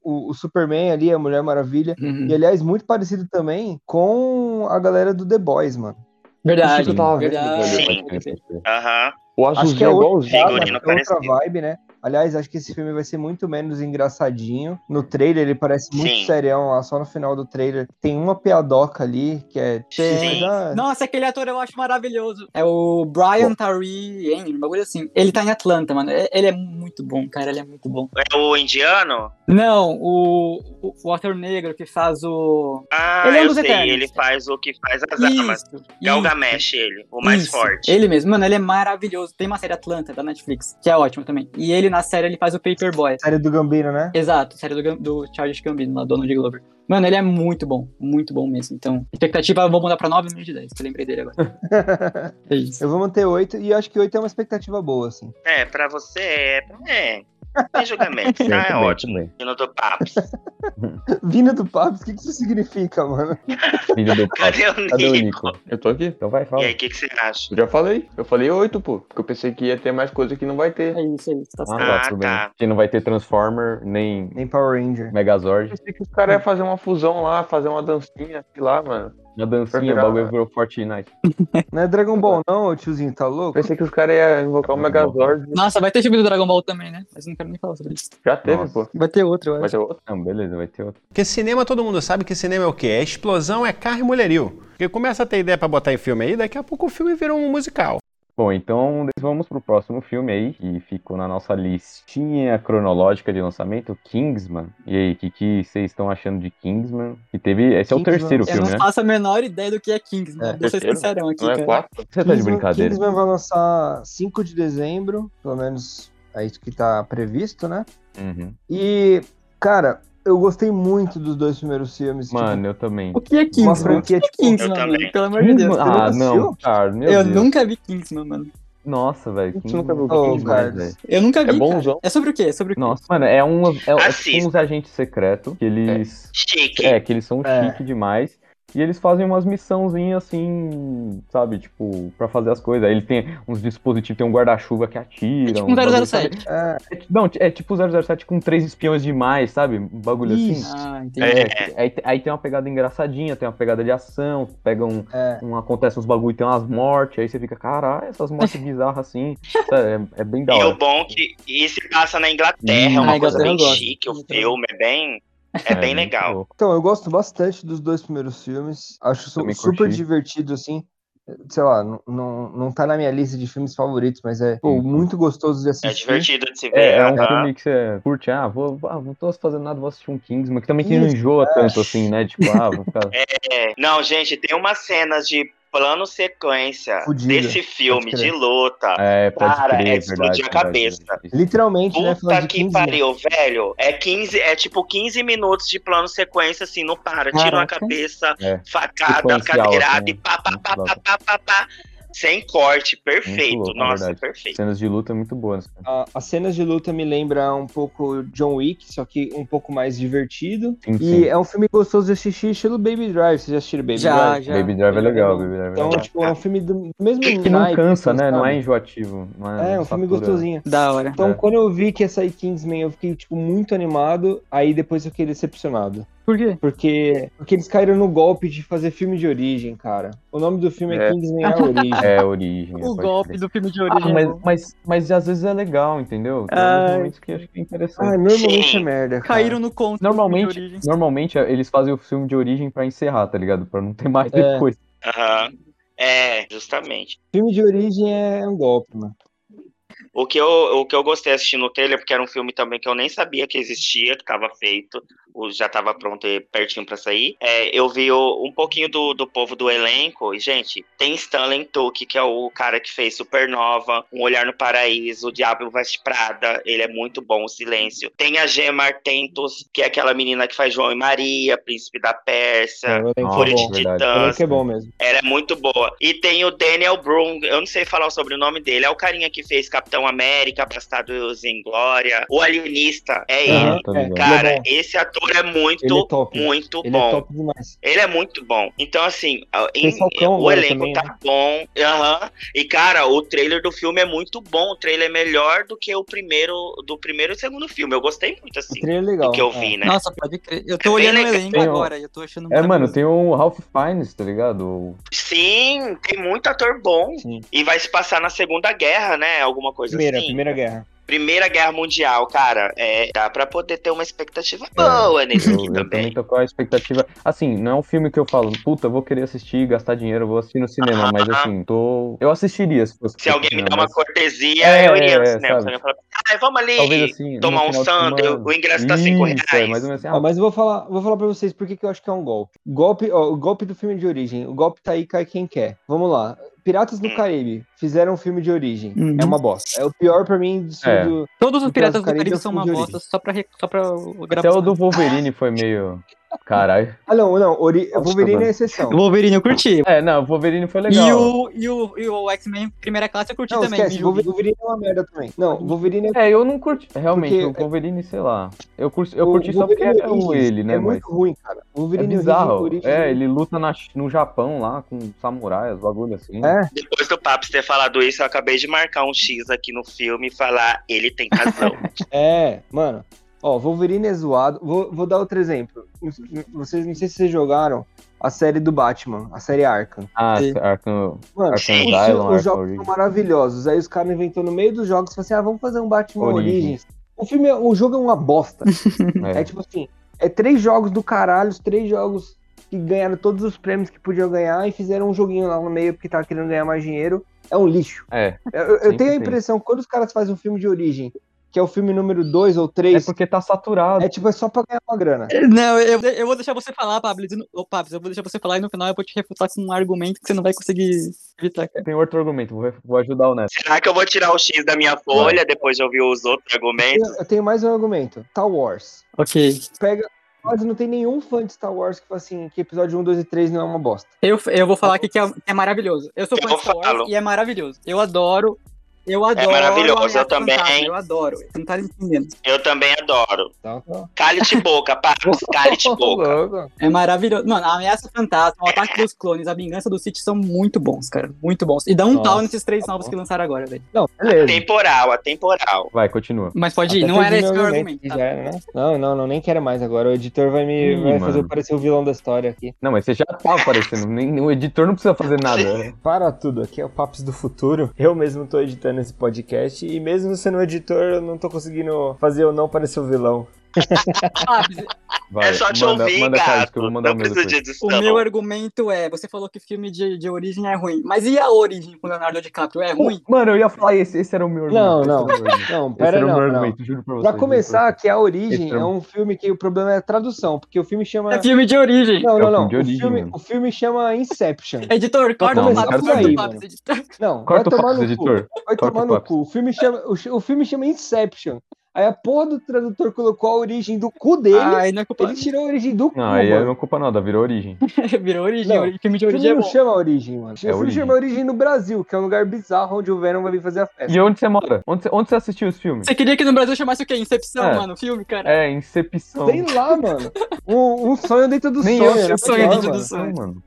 o, o Superman ali, a Mulher Maravilha. Uhum. Hum. E aliás, muito parecido também com a galera do The Boys, mano. Verdade. Isso que eu tava vendo, verdade. velho. Pode crer, pode crer. Aham. O Acho que é azulzinho é outro, igualzinho. cara, mas né? Figurino é outra parecido. vibe, né? Aliás, acho que esse filme vai ser muito menos engraçadinho. No trailer ele parece muito Sim. serião lá, só no final do trailer. Tem uma piadoca ali, que é... Tem. Ah, Nossa, aquele ator eu acho maravilhoso. É o Brian Tyree Henry, um bagulho assim. Ele tá em Atlanta, mano. É- Ele é muito bom, cara. Ele é muito bom. É o indiano? Não, o, o, o ator negro que faz o. Ah, Ele é um eu dos sei, Eternos. ele faz o que faz as armas. Galgamesh, ele, o mais Isso, forte. Ele mesmo, mano, ele é maravilhoso. Tem uma série Atlanta da Netflix, que é ótima também. E ele na série ele faz o Paperboy. Série do Gambino, né? Exato, série do, Gam- do Charles Gambino, lá, Donald Glover. Mano, ele é muito bom, muito bom mesmo. Então, expectativa, eu vou mudar pra 9 menos de 10, que eu lembrei dele agora. É isso. Eu vou manter 8 e eu acho que 8 é uma expectativa boa, assim. É, pra você é. pra- É. Tem julgamento, Sim, tá? É também, ótimo. também. E no do Paps. Vindo do Papos, o que, que isso significa, mano? Filho do papo. Cadê o Cadê o Nico? Nico? Eu tô aqui. Então vai, fala. E aí, o que, que você acha? Eu já falei. Eu falei 8, pô. Porque eu pensei que ia ter mais coisa que não vai ter. É isso, é isso. Tá Ah, certo. tá, tudo bem. tá. Que não vai ter Transformer, nem Nem Power Ranger. Eu Megazord. pensei que os caras iam fazer uma fusão lá, fazer uma dancinha, sei lá, mano. Na dancinha, o virar- bagulho virou Fortnite. Não é Dragon Ball, não, ô tiozinho, tá Eu louco? pensei que os caras iam invocar o Megazord. Nossa, vai ter filme do Dragon Ball também, né? Mas eu não quero nem falar sobre isso. Já teve, Nossa. pô. Vai ter outro, eu Mas acho. é outro. Não, beleza, vai ter outro. Porque cinema, todo mundo sabe que cinema é o quê? É explosão, é carro e mulherio. Porque começa a ter ideia pra botar em filme aí, daqui a pouco o filme vira um musical. Bom, então vamos pro próximo filme aí, que ficou na nossa listinha cronológica de lançamento, Kingsman. E aí, o que que vocês estão achando de Kingsman? Que teve. Esse é o Kingsman. terceiro Eu Eu filme, não né? faço a menor ideia do que é Kings, né? É, Vou ser terceiro? sincerão aqui, Não é cara. 4? Você tá de brincadeira. Kingsman vai lançar 5 de dezembro, pelo menos é isso que tá previsto, né? Uhum. E, cara, eu gostei muito dos dois primeiros filmes. Mano, eu também. O que é tipo, uma Kingsman? O que franquia, é tipo, Kingsman, Eu mano? também. Pelo amor de Deus. Kingsman? Ah, nunca não, assistiu? cara, meu eu Deus. nunca vi Kingsman, mano. Nossa, velho. Você Kingsman nunca viu é bom Kingsman? demais, Ô, cara. velho. Eu nunca vi. cara. bonzão. É sobre o quê? É sobre o quê? Nossa, mano, é um, é, é tipo Assista. uns agentes secretos que eles. Chique. É, que eles são É. chique demais. E eles fazem umas missãozinhas assim, sabe? Tipo, pra fazer as coisas. Aí ele tem uns dispositivos, tem um guarda-chuva que atira. É tipo uns bagulho, um sabe? 007. É, É ti- não, é tipo 007 com três espiões demais, sabe? Um bagulho Isso. assim. Ah, entendi. É, aí, aí tem uma pegada engraçadinha, tem uma pegada de ação, pega um, é. um acontece uns bagulho, tem umas mortes, aí você fica, caralho, essas mortes bizarras assim. Sabe? É, é bem da E o hora. bom que e se passa na Inglaterra, é Hum. uma Ah, coisa Inglaterra bem eu gosto. Uhum. chique, o filme é bem, é bem muito legal. louco. Então, eu gosto bastante dos dois primeiros filmes. Acho su- Também super curti. divertido, assim. Sei lá, não, não, não tá na minha lista de filmes favoritos, mas é pô, Uhum. muito gostoso de assistir. É Uhum. divertido de se ver. É, é um aham. filme que você curte, ah, vou, ah, não tô fazendo nada, vou assistir um Kingsman, que também que não enjoa tanto assim, né? Tipo, ah, vou ficar. É. Não, gente, tem umas cenas de plano sequência Fudida, desse filme pode crer. de luta. É, pode Cara, crer, é verdade, explodir a verdade, tipo cabeça. verdade. Literalmente, né? Final Puta de que 15 pariu, velho. É 15, é tipo 15 minutos de plano sequência, assim, não para. Tira uma Caraca. cabeça, É. facada, Sequencial, cadeirada assim, e pá, pá, muito pá, pá, louco. pá, pá, pá. Sem corte, perfeito. louco, na Nossa, verdade. perfeito. Cenas de luta é muito boas. cara. A- as cenas de luta me lembram um pouco John Wick, só que um pouco mais divertido. Sim, E sim. é um filme gostoso de assistir, estilo Baby Drive. Vocês já assistiram Baby Já, Drive? já. Baby Drive é Ele é legal, bom. Baby Drive é Então, legal. tipo, é um filme do mesmo Que não naipe, cansa, assim, né? Não é sabe? enjoativo. Não é, É, um não filme satura. gostosinho. Da hora. Então, É. quando eu vi que ia sair Kingsman, eu fiquei, tipo, muito animado. Aí depois eu fiquei decepcionado. Por quê? Porque, porque eles caíram no golpe de fazer filme de origem, cara. O nome do filme é, É. Kingsman A Origem. É, origem. O pode golpe crer. do filme de Ah, origem. né? mas, mas, mas às vezes é legal, entendeu? Tem Ah. alguns momentos que eu acho que é interessante. Ai, normalmente Sim. é merda. cara. Caíram no conto do filme Normalmente- de origem. Normalmente é, eles fazem o filme de origem pra encerrar, tá ligado? Pra não ter mais É. depois. Aham. É, justamente. Filme de origem é um golpe, mano. O que, eu, o que eu gostei assistindo o trailer, porque era um filme também que eu nem sabia que existia, que estava feito, o- já estava pronto e pertinho para sair. É, eu vi o- um pouquinho do, do povo do elenco, e, gente, tem Stanley Tucci, que é o cara que fez Supernova, Um Olhar no Paraíso, O Diabo Veste Prada, ele é muito bom, O Silêncio. Tem a Gemma Artentos, que é aquela menina que faz João e Maria, Príncipe da É, Pérsia. o elenco Fúria é bom. de verdade. O Titãs, elenco é bom mesmo. ela é muito boa. E tem o Daniel Brun, eu não sei falar sobre o sobrenome dele, é o carinha que fez Capitão América, Bastados em Glória, o Alienista, é Aham. ele. tá é, ligado. Cara, ele é bom. esse ator é Ele é muito, top. muito Ele bom. é top demais. Ele é muito bom. Então, assim, a- em- Falcão o agora elenco também, tá né? bom. Aham. E, cara, o trailer do filme é muito bom. O trailer é melhor do que o primeiro, do primeiro e segundo filme. Eu gostei muito, O assim, trailer é legal. do que eu é. vi, né? Nossa, pode crer. Eu tô Bem olhando o legal. elenco Tem um- agora e eu tô achando É, muita mano, coisa. tem o Ralph Fiennes, tá ligado? Sim, tem muito ator bom. Sim. E vai se passar na Segunda Guerra, né? Alguma coisa Primeira, assim. é. Primeira Guerra. Primeira Guerra Mundial, cara, é, dá pra poder ter uma expectativa boa nesse É. Eu, aqui eu também também. tô com a expectativa. Assim, não é um filme que eu falo, puta, eu vou querer assistir, gastar dinheiro, eu vou assistir no cinema, Aham. mas assim, tô. Eu assistiria se fosse. Se pro alguém me cinema, dá uma mas cortesia, É, eu iria no é, cinema. Se sabe? alguém falar, ah, vamos ali Talvez assim. tomar no um final de sanduíche, semana- o ingresso tá 5 reais. Isso, é, mais ou menos assim. Ó, Ah, mas eu vou falar, vou falar pra vocês por que que eu acho que é um golpe. Golpe, ó, o golpe do filme de origem. O golpe tá aí, cai quem quer. Vamos lá. Piratas do Hum. Caribe fizeram um filme de origem. Uhum. É uma bosta. É o pior pra mim do, É. do- Todos os Então, Piratas os do caras Caribe ainda são são uma de bosta só pra, re- só pra até gravar. o do Wolverine foi meio. Caralho. Ah, não, não. Ori... Nossa, Wolverine mano. é exceção. O Wolverine eu curti. É, não, o Wolverine foi legal. E o, e o, e o X-Men Primeira Classe eu curti Não, também. esquece. me Uhum. Wolver- julguem. Wolverine é uma merda também. Não, Wolverine é... É, eu não curti. Realmente, Porque- o Wolverine, sei lá. Eu curti, eu o curti só porque Wolverine era o Origins ele, né? É mas muito ruim, cara. O é Wolverine bizarro. Origins, É, ele luta na- no Japão lá com samurais, bagulho assim. É. Depois do papo ter falado isso, eu acabei de marcar um X aqui no filme e falar, ele tem razão. É, mano. Ó, Wolverine é zoado. Vou, vou dar outro exemplo. Vocês não sei se vocês jogaram a série do Batman, a série Arkham. Ah, Sim. Arkham, Mano, Arkham sim, os, Asylum, os Arkham jogos Origins. são maravilhosos. Aí os caras inventou no meio dos jogos e falaram assim: ah, vamos fazer um Batman Origins. Origins. O filme, é- o jogo é uma bosta. É É. tipo assim, é três jogos do caralho, os três jogos que ganharam todos os prêmios que podiam ganhar e fizeram um joguinho lá no meio porque tava querendo ganhar mais dinheiro. É um lixo. É. Eu- Eu, eu Sempre tenho a tem. impressão que quando os caras fazem um filme de origem, que é o filme número dois ou É três, porque tá saturado. é tipo, é só pra ganhar uma grana. Não, eu, eu vou deixar você falar, Pablo. e no- Ô, Pablo, eu vou deixar você falar e no final eu vou te refutar com um argumento que você não vai conseguir evitar, É. cara. Tem outro argumento, vou, vou ajudar o Neto. Será que eu vou tirar o X da minha folha depois de ouvir os outros Eu, argumentos? eu tenho mais um argumento. Star Wars. Ok. Pega. Quase não tem nenhum fã de Star Wars que fala assim que episódio 1, 2 e 3 não é uma bosta. Eu, eu vou falar aqui que é, é maravilhoso. Eu sou Eu fã de vou Star Wars falá-lo. e é maravilhoso. Eu adoro. Eu adoro. maravilhoso, eu Ameaça também. Fantasma, Eu adoro. Você não tá entendendo. Eu também adoro. Tá? Cale-te boca, Paps, cale-te boca. É maravilhoso. Mano, a Ameaça Fantasma, o Ataque dos Clones, a Vingança do Sith são muito bons, cara. Muito bons. E dá um Nossa, pau nesses três tá novos bom. que lançaram agora, velho. Não, beleza. Atemporal, atemporal. Vai, continua. Mas pode ir, Até não era perdi esse meu meu argumento. aqui, tá? já era, né? Não, não, não, nem quero mais agora. O editor vai me Ih, vai fazer eu mano. parecer o vilão da história aqui. Não, mas você já tá aparecendo. Nem, o editor não precisa fazer nada. Para tudo, aqui é o Papos do Futuro. Eu mesmo tô editando esse podcast e mesmo sendo editor, eu não tô conseguindo fazer eu não parecer o vilão. Ah, Vai, é só te manda, ouvir, manda pra isso gato. que eu vou mandar não o meu preciso depois. de edição. o meu argumento é: você falou que filme de, de origem é ruim. Mas e a origem com Leonardo DiCaprio? É ruim? Mano, eu ia falar esse, esse era o meu argumento. esse Não, não. era o meu argumento. Não, Esse pera era o não, meu não. argumento, juro pra vocês. então. Pra começar, que a Esse origem era é um filme que o problema é a tradução, porque o filme chama. É filme de origem. Não, É o filme não, não. de O origem, filme, mano. o filme chama Inception. Editor, Tá corta Não, o não Fábio, quero corta o saber. Fábio, editor. Não, Corta o vai tomar papo no do cu. editor. Vai Corta tomar o no papo. cu. O filme, chama, o, ch- o filme chama Inception. Aí a porra do tradutor colocou a origem do cu dele. Ai, não é culpa. ele tirou a origem do cu. Não, aí é mano. não culpa nada, virou origem. Virou origem, Não, ori- filme de O origem filme é não bom. chama origem, mano. O filme origem. chama origem no Brasil, que é um lugar bizarro onde o Venom vai vir fazer a festa. E onde você mora? Onde você, onde você assistiu os filmes? Você queria que no Brasil chamasse o quê? Incepção, É. mano, filme, cara? É, Incepção. Sei lá, mano. Um, um sonho dentro do Nem sonho. eu sei era o sonho melhor, dentro do mano. sonho. mano.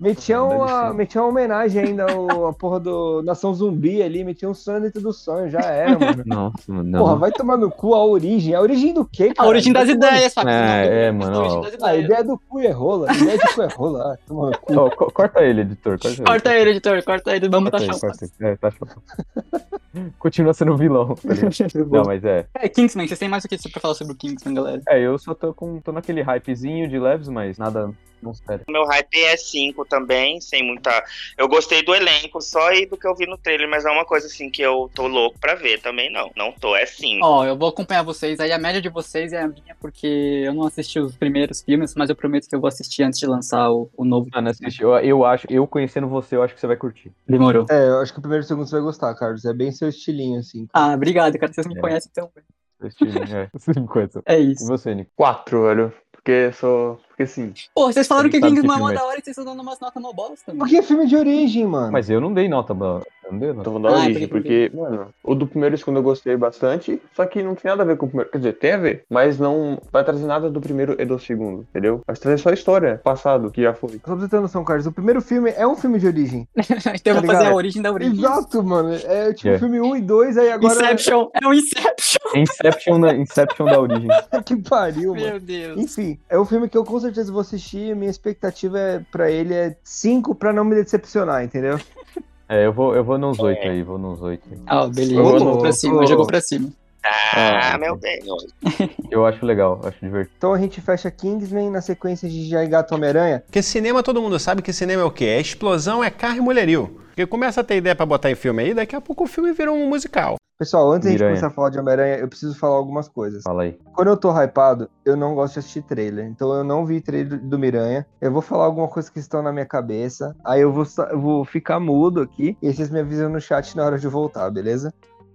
Metia Deve uma, ser. metia uma homenagem ainda ao, a porra do Nação Zumbi ali, metia um sonho dentro do sonho, já era, mano. Nossa, mano. não. Porra, vai tomar no cu a origem. A origem do quê, cara? A origem das ideias, Fábio. É, é, mano, A origem ó. das A ideias. ideia do cu é rola. A ideia de cu é rola. Ah, toma no cu. Ó, co- corta ele, editor. Corta ele. Corta ele, editor, corta ele, vamos Corta taxar ele, o corta ele. É, tá chapado. Continua sendo vilão. tá ligado? Não, mas é. É, Kingsman, vocês têm mais o que pra falar sobre o Kingsman, galera? É, eu só tô com. tô naquele hypezinho de leves, mas nada. Não sério. Meu hype é 5 também, sem muita. Eu gostei do elenco só e do que eu vi no trailer, mas não é uma coisa assim que eu tô louco pra ver também, não. Não tô, é 5. Ó, eu vou acompanhar vocês, aí a média de vocês é a minha, porque eu não assisti os primeiros filmes, mas eu prometo que eu vou assistir antes de lançar o, o novo. Mano, Ah, assiste, eu, eu acho, eu conhecendo você, eu acho que você vai curtir. Demorou. É, eu acho que o primeiro e o segundo você vai gostar, Carlos. É bem seu estilinho, assim. Ah, obrigado, cara, vocês me É. conhecem então. Esse time, é. Cinquenta. É E isso. você, Nico? Quatro, velho. Porque só. Porque sim. Pô, vocês falaram que Sabe que Kingsman é mó filme é da hora e vocês estão dando umas notas mó bosta, mano. Porque é filme de origem, mano. Mas eu não dei nota, mano. Eu Não dei nota. Tô falando da Ah, origem, porque- porque, mano, o do primeiro e segundo eu gostei bastante, só que não tem nada a ver com o primeiro. Quer dizer, tem a ver, mas não vai trazer nada do primeiro e do segundo, entendeu? Vai trazer só a história, passado, que já foi. Só pra você ter noção, Carlos, o primeiro filme é um filme de origem. então eu Tá vou fazer a ligado? origem da origem. Exato, mano. É tipo É. filme 1 e 2, aí agora. Inception, é o Inception, Inception, da, Inception da origem. que pariu, mano. meu Deus. Enfim, é um filme que eu com certeza vou assistir. Minha expectativa é, pra ele é 5 pra não me decepcionar, entendeu? É, eu vou, eu vou nos oito aí, vou nos oito. aí. Ah, beleza, jogou Ô, pra louco. cima, jogou pra cima. Ah, Ah, meu bem. Eu acho legal, acho divertido. Então a gente fecha Kingsman na sequência de Jair Gato Homem-Aranha. Porque cinema, todo mundo sabe que cinema é o quê? É explosão, é carro e mulherio. Porque começa a ter ideia pra botar em filme aí, daqui a pouco o filme vira um musical. Pessoal, antes da gente Miranha. começar a falar de Homem-Aranha, eu preciso falar algumas coisas. Fala aí. Quando eu tô hypado, eu não gosto de assistir trailer. Então eu não vi trailer do Miranha. Eu vou falar alguma coisa que estão na minha cabeça. Aí eu vou, sa- eu vou ficar mudo aqui. E vocês me avisam no chat na hora de voltar, beleza?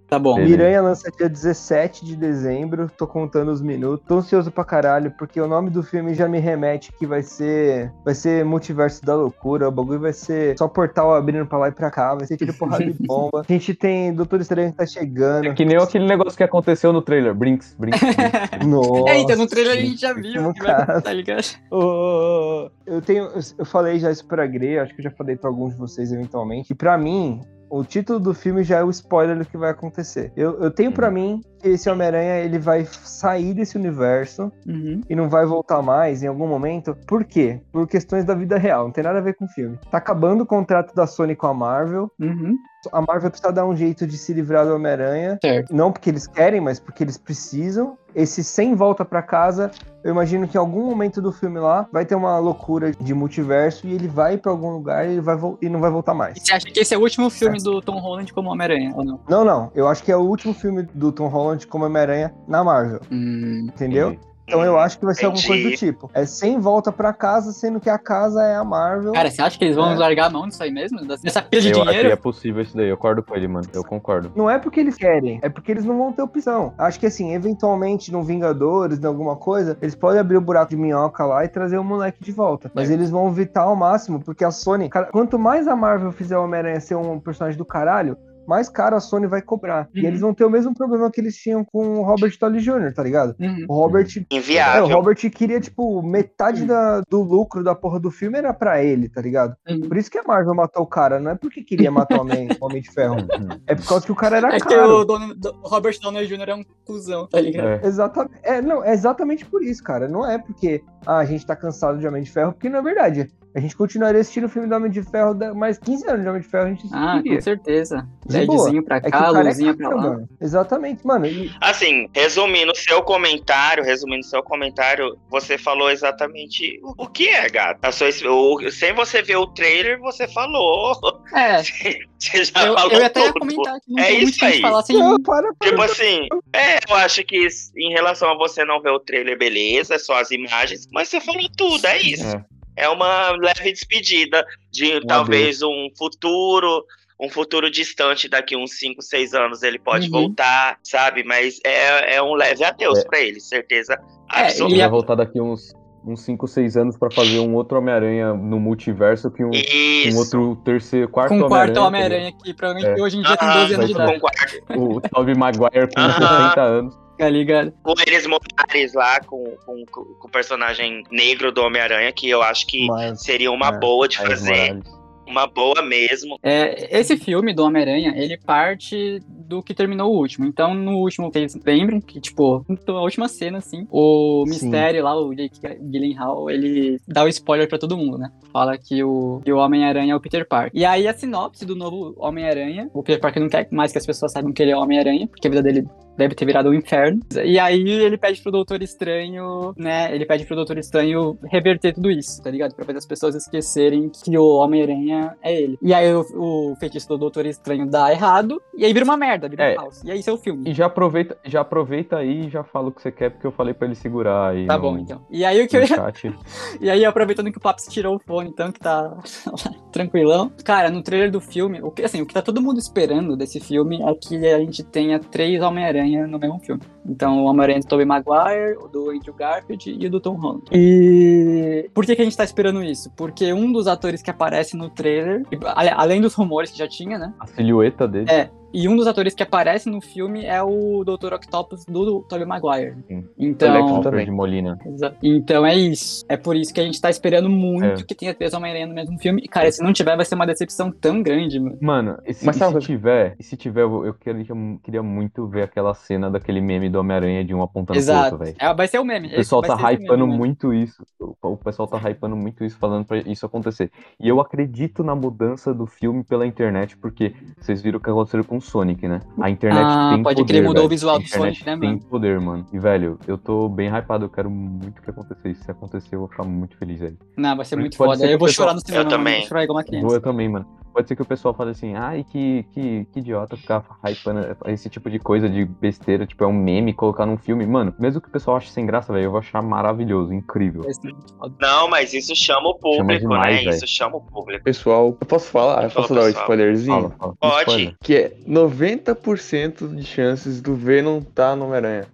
Tá bom. Beleza. Miranha lança dia 17 de dezembro. Tô contando os minutos. Tô ansioso pra caralho, porque o nome do filme já me remete que vai ser. Vai ser multiverso da loucura. O bagulho vai ser só portal abrindo pra lá e pra cá. Vai ser tiro porrada de bomba. A gente tem Doutor Estranho que tá chegando. É que nem aquele negócio que aconteceu no trailer. Brinks, Brinks. Brinks. Nossa. É, então no trailer a gente já viu, no que vai- caso. tá ligado? Ô, ô, ô, Eu tenho. eu- Eu falei já isso pra Grey, acho que eu já falei pra alguns de vocês eventualmente. E pra mim, o título do filme já é o spoiler do que vai acontecer. Eu, eu tenho pra mim que esse Homem-Aranha ele vai sair desse universo Uhum. e não vai voltar mais em algum momento. Por quê? Por questões da vida real, não tem nada a ver com o filme. Tá acabando o contrato da Sony com a Marvel. Uhum. A Marvel precisa dar um jeito de se livrar do Homem-Aranha. Certo. Não porque eles querem, mas porque eles precisam. Esse sem volta pra casa, eu imagino que em algum momento do filme lá vai ter uma loucura de multiverso e ele vai pra algum lugar e, ele vai vol- e não vai voltar mais. E você acha que esse é o último filme do Tom Holland como Homem-Aranha, ou não? Não, não. Eu acho que é o último filme do Tom Holland como Homem-Aranha na Marvel, Hum, entendeu? Então eu acho que vai ser alguma coisa do Entendi. tipo. É sem volta pra casa, sendo que a casa é a Marvel. Cara, você acha que eles vão É. largar a mão disso aí mesmo? Dessa- Dessa pilha de Eu acho que é dinheiro? possível isso daí. Eu concordo com ele, mano. Eu concordo. Não é porque eles querem, é porque eles não vão ter opção. Acho que assim, eventualmente, no Vingadores, em alguma coisa, eles podem abrir o buraco de minhoca lá e trazer o moleque de volta. Mas É. eles vão evitar ao máximo, porque a Sony, cara, quanto mais a Marvel fizer o Homem-Aranha ser um personagem do caralho. Mais caro a Sony vai cobrar. E Uhum. eles vão ter o mesmo problema que eles tinham com o Robert Downey Jr., tá ligado? Uhum. O Robert. É, o Inviável. Robert queria, tipo, metade da- do lucro da porra do filme era pra ele, tá ligado? Uhum. Por isso que a Marvel matou o cara, não é porque queria matar o Homem, o Homem de Ferro. Uhum. É por causa que o cara era É que caro. o Don- Do- Robert Downey Jr. é um cuzão, tá ligado? É. Exatamente. É, não, é exatamente por isso, cara. Não é porque ah, a gente tá cansado de Homem de Ferro, porque na verdade, a gente continuaria assistindo o filme do Homem de Ferro, da- mais 15 anos de Homem de Ferro a gente Ah, assistiria. com certeza. De LEDzinho pra é cá, o cara luzinha caro, pra lá. mano. Exatamente, mano. E Assim, resumindo seu comentário, resumindo seu comentário, você falou exatamente o, o que é, gato. A sua, o- sem você ver o trailer, você falou. É, Você já eu, falou eu até ia tudo. comentar que não É tem muito o isso que aí. falar assim. não, para, para. Tipo assim, é, eu acho que isso- em relação a você não ver o trailer, beleza, é só as imagens, mas você falou tudo, é isso. É. É, uma leve despedida de talvez um futuro, um futuro distante daqui uns 5, 6 anos ele pode Uhum. voltar, sabe? Mas é, é um leve adeus É. pra ele, certeza É, Ele E absoluta. a- vai voltar daqui uns. Uns 5, 6 anos pra fazer um outro Homem-Aranha no multiverso que um, um Isso. outro terceiro, quarto Com o quarto Homem-Aranha. é Homem-Aranha, que provavelmente hoje em dia tem Ah, 12 anos de vai idade. concordo. entendeu? O Tobey Maguire com Ah. 60 anos. tá ligado? Com eles Moraes lá, com, com, com o personagem negro do Homem-Aranha, que eu acho que Mas, seria uma É, boa de Miles fazer. Morales. Uma boa mesmo. É, esse filme do Homem-Aranha, ele parte do que terminou o último. Então, no último, vocês lembram que, tipo, na última cena, assim, o Sim. mistério lá, o Jake Gyllenhaal, ele dá o spoiler pra todo mundo, né? Fala que o, que o Homem-Aranha é o Peter Parker. E aí, a sinopse do novo Homem-Aranha, o Peter Parker não quer mais que as pessoas saibam que ele é o Homem-Aranha, porque a vida dele deve ter virado um inferno. E aí ele pede pro Doutor Estranho, né? Ele pede pro Doutor Estranho reverter tudo isso, tá ligado? Pra fazer as pessoas esquecerem que o Homem-Aranha é ele. E aí o, o feitiço do Doutor Estranho dá errado, e aí vira uma merda, vira É. um caos. E aí esse é o filme. E já aproveita, já aproveita aí e já fala o que você quer, porque eu falei pra ele segurar aí. Tá no- bom, então. E aí o que eu No ia chat. E aí, aproveitando que o Paps tirou o fone, então, que tá tranquilão. Cara, no trailer do filme, o que, assim, o que tá todo mundo esperando desse filme é que a gente tenha três Homem-Aranha no mesmo filme. Então, o Homem-Aranha do Tobey Maguire, o do Andrew Garfield e o do Tom Holland. E por que, que a gente tá esperando isso? Porque um dos atores que aparece no trailer, e, ale- além dos rumores que já tinha, né? A silhueta dele. É. E um dos atores que aparece no filme é o Dr. Octopus do Tobey Maguire. Sim. Então, Alfred também. é de Molina. Exato. Então é isso. É por isso que a gente tá esperando muito É. que tenha três Homem-Aranha no mesmo filme. E, cara, se não tiver, vai ser uma decepção tão grande, mano. Mano, e se, Mas e sabe se uma coisa? tiver, e se tiver, eu, eu queria, eu queria muito ver aquela cena daquele meme do Homem-Aranha de um apontando pro Exato. outro, velho. É, vai ser o meme. né? O pessoal tá hypando hypando muito isso. O o pessoal tá hypando muito isso, falando pra isso acontecer. E eu acredito na mudança do filme pela internet, porque vocês viram o que aconteceu com o Sonic, né? A internet Ah, tem pode poder, crer, mudou o velho. visual A do internet Sonic, né, tem mano? poder, mano. E, velho, eu tô bem hypado. Eu quero muito que aconteça isso. Se acontecer, eu vou ficar muito feliz aí. Não, vai ser muito Pode foda. ser que eu vou o pessoal- chorar no cinema. Eu mano. também. Vou chorar igual uma Boa criança. também, mano. Pode ser que o pessoal fale assim, ai, que, que, que idiota ficar hypando esse tipo de coisa de besteira, tipo, é um meme colocar num filme. Mano, mesmo que o pessoal ache sem graça, velho, eu vou achar maravilhoso, incrível. Vai ser muito foda. Não, mas isso chama o público, demais, né? velho. Isso chama o público. Pessoal, eu posso falar? Eu Fala, posso dar um pessoal. spoilerzinho? Fala, fala. Pode. Spoiler. Que é 90% de chances do Venom tá no Homem-Aranha.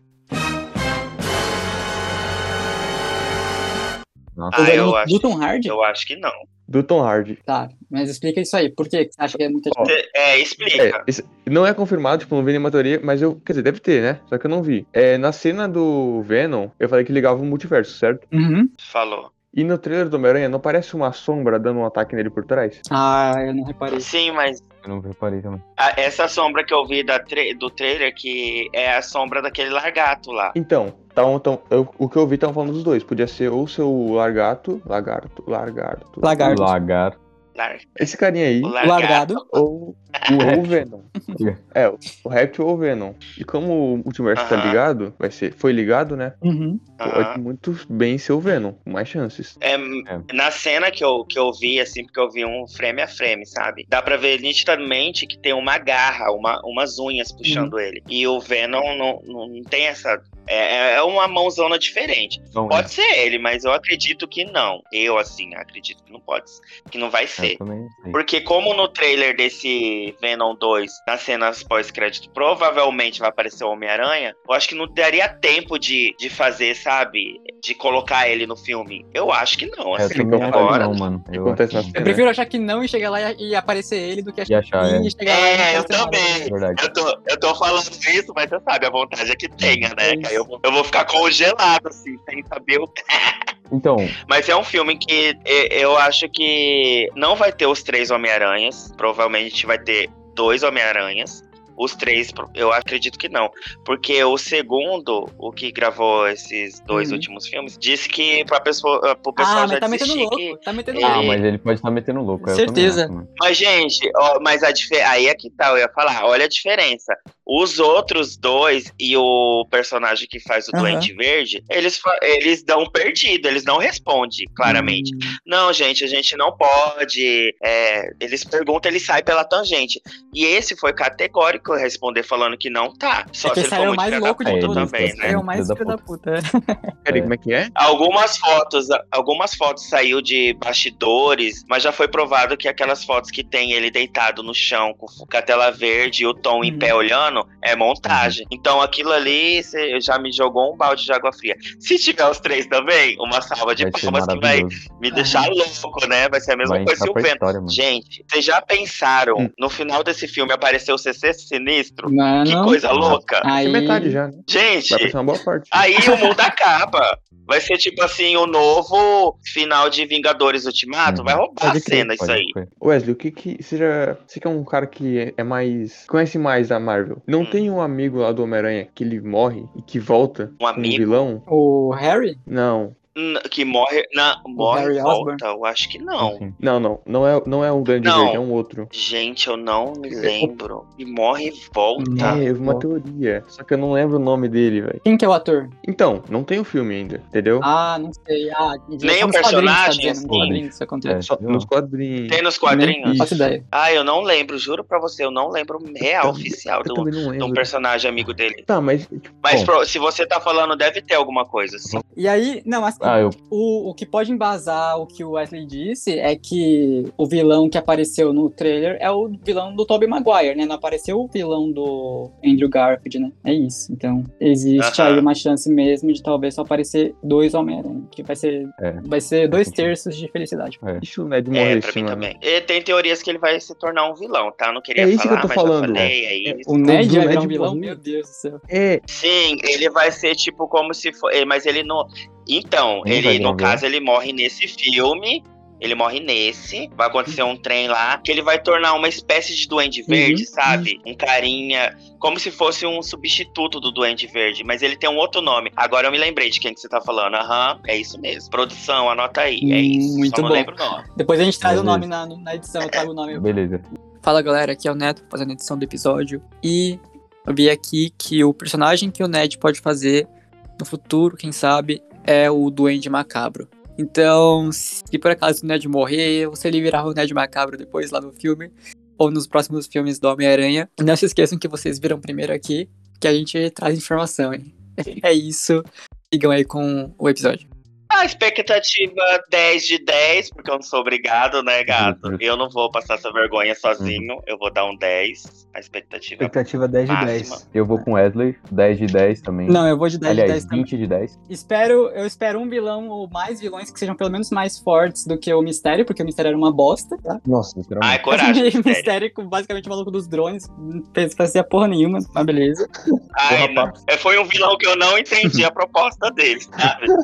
Ah, Mas é eu do, acho- do Tom Hardy? Eu acho que não. Do Tom Hardy. Tá, mas explica isso aí. Por que que você acha que é muita Ó, É, É, explica. isso não é confirmado, tipo, não vi nenhuma teoria, mas eu. Quer dizer, deve ter, né? Só que eu não vi. É, na cena do Venom, eu falei que ligava o multiverso, certo? Uhum. Falou. E no trailer do Homem-Aranha não parece uma sombra dando um ataque nele por trás? Ah, eu não reparei. Sim, mas Eu não reparei também. a- essa sombra que eu vi da tra- do trailer, que é a sombra daquele largato lá. Então, tão, tão, eu- o que eu vi estavam falando dos dois. Podia ser ou seu largato, lagarto, lagarto. Lagarto. Lagarto. Lar- Esse carinha aí, o Largado. ou ou o Venom. É, o, o Réptil ou o Venom. E como o multiverso tá Aham. ligado, vai ser, foi ligado, né? Uhum. Aham. Pode muito bem ser o Venom, com mais chances. É, É. Na cena que eu, que eu vi, assim, porque eu vi um frame a frame, sabe? Dá pra ver nitidamente que tem uma garra, uma, umas unhas puxando ele. E o Venom não, não, não tem essa. É, é uma mãozona diferente. Não, é. Pode ser ele, mas eu acredito que não. Eu, assim, acredito que não pode. Que não vai é, Eu ser. também não sei. Porque como no trailer desse Venom 2, nas cenas pós-crédito, provavelmente vai aparecer o Homem-Aranha, eu acho que não daria tempo de, de fazer, sabe? De colocar ele no filme. Eu acho que não, É, eu assim, também não falei agora. não, mano. Eu Acontece na acho cena. Eu prefiro achar que não e chegar lá e, e aparecer ele do que E achar, que é. e chegar lá e É, não eu aparecer nada. né? também. que é verdade. Eu tô, eu tô falando isso, mas você sabe, a vontade é que tenha, né? Que aí eu, eu vou ficar congelado, assim, sem saber o Então, Mas é um filme que e- eu acho que não vai ter os três Homem-Aranhas. Provavelmente vai ter dois Homem-Aranhas. Os três, pro- eu acredito que não. Porque o segundo, o que gravou esses dois Uhum. últimos filmes, disse que pra pessoa, pro pessoal Ah, já mas tá metendo desistir que- louco. Tá metendo ele- é louco. ah, mas ele pode estar metendo louco. é, eu também Certeza. acho, mano. Mas, gente, ó, mas a dife- aí é que tá, eu ia falar, olha a diferença. Os outros dois e o personagem que faz o Aham. Doente Verde, eles, fa- eles dão um perdido, eles não respondem claramente. Não, gente, a gente não pode. é, eles perguntam, ele sai pela tangente. E esse foi categórico responder falando que não tá. Só É se que ele for saiu o muito mais filho da louco de puta todos. também, né? Saiu o mais filho da puta. Peraí, como é que é? Algumas fotos, algumas fotos saiu de bastidores, mas já foi provado que aquelas fotos que tem ele deitado no chão com a tela verde e o Tom em Uhum. pé olhando, ano, é montagem. Então aquilo ali cê já me jogou um balde de água fria. Se tiver os três também, uma salva de Vai ser palmas que assim, vai maravilhoso. me deixar Uhum. louco, né? Vai ser a mesma Vai coisa entrar se o pra Venom. história, mano. Gente, vocês já pensaram, no final desse filme apareceu o CC Sinistro? Mano, Que coisa é louca. aí... Tem metade já, né? Gente, Vai passar uma boa parte. aí o mundo acaba. Vai ser tipo assim, o novo final de Vingadores Ultimato. Uhum. Vai roubar a Pode crer, cena isso pode aí. crer. Wesley, o que que. Você, já, você que é um cara que é, é mais. Conhece mais a Marvel. Não Hum. tem um amigo lá do Homem-Aranha que ele morre e que volta? Um Um amigo vilão? O Harry? Não. n- que morre. Na, morre Harry e Osborn? volta. Eu acho que não. Enfim. Não, não. Não é, não é um grande Não. verde, é um outro. Gente, eu não me lembro. E morre e volta. É, eu vi uma Bom. teoria. Só que eu não lembro o nome dele, velho. Quem que é o ator? Então, não tem o filme ainda, entendeu? Ah, não sei. Ah, Nem o nos quadrinhos, tá personagem, dizendo, nos assim. quadrinhos isso é, acontece. É, Só nos quadrinhos. Tem nos Não quadrinhos? faço Isso. ideia. Ah, eu não lembro, juro pra você, eu não lembro real oficial Eu do, também não de um lembro. personagem amigo dele. Tá, mas. Tipo, Mas Bom. pro- se você tá falando, deve ter alguma coisa, assim. E aí, não, assim, Ah, eu o, o que pode embasar o que o Wesley disse é que o vilão que apareceu no trailer é o vilão do Tobey Maguire, né? Não apareceu o vilão do Andrew Garfield, né? É isso. Então, existe Aham. aí uma chance mesmo de talvez só aparecer dois Homem-Aranha, que vai ser, É. vai ser dois terços de felicidade. isso não é de morrer É, pra esse mim mano. também. E tem teorias que ele vai se tornar um vilão, tá? Não queria É isso que falar, eu tô mas falando, já falei, é isso. O Ned do vai virar Ned um vilão? morrer. Meu Deus do céu. É, Sim, ele vai ser tipo como se fosse. Mas ele não. Então, Ele ele, vai no gravar. caso, ele morre nesse filme. Ele morre nesse. Vai acontecer um trem lá. Que ele vai tornar uma espécie de Duende Uhum. Verde, sabe? Um carinha. Como se fosse um substituto do Duende Verde. Mas ele tem um outro nome. Agora eu me lembrei de quem que você tá falando. Aham, é isso mesmo. Produção, anota aí. É Hum, isso. muito Só não bom. lembro o nome. Depois a gente traz o Beleza. nome na, na edição, eu trago o nome. Beleza. Fala galera, aqui é o Neto fazendo a edição do episódio e eu vi aqui que o personagem que o Ned pode fazer no futuro, quem sabe, é o Duende Macabro. Então, se por acaso o Ned morrer, ou se ele virar o Ned Macabro depois lá no filme, ou nos próximos filmes do Homem-Aranha, não se esqueçam que vocês viram primeiro aqui, que a gente traz informação, hein? É isso, sigam aí com o episódio. A expectativa 10 de 10, porque eu não sou obrigado, né, gato? Uhum. Eu não vou passar essa vergonha sozinho. Eu vou dar um 10. A expectativa é Expectativa 10 de Máxima. 10. Eu vou com Wesley, 10 de 10 também. Não, eu vou de 10 Aliás, de 10 também. 20 de 10. Espero, eu espero um vilão ou mais vilões que sejam pelo menos mais fortes do que o Mistério, porque o Mistério era uma bosta, tá? Nossa, Ai, um literalmente. coragem, o sério. Mistério com basicamente o maluco dos drones, não fez fazia porra nenhuma, mas beleza. Ai, não. É, Foi um vilão que eu não entendi a proposta dele, sabe?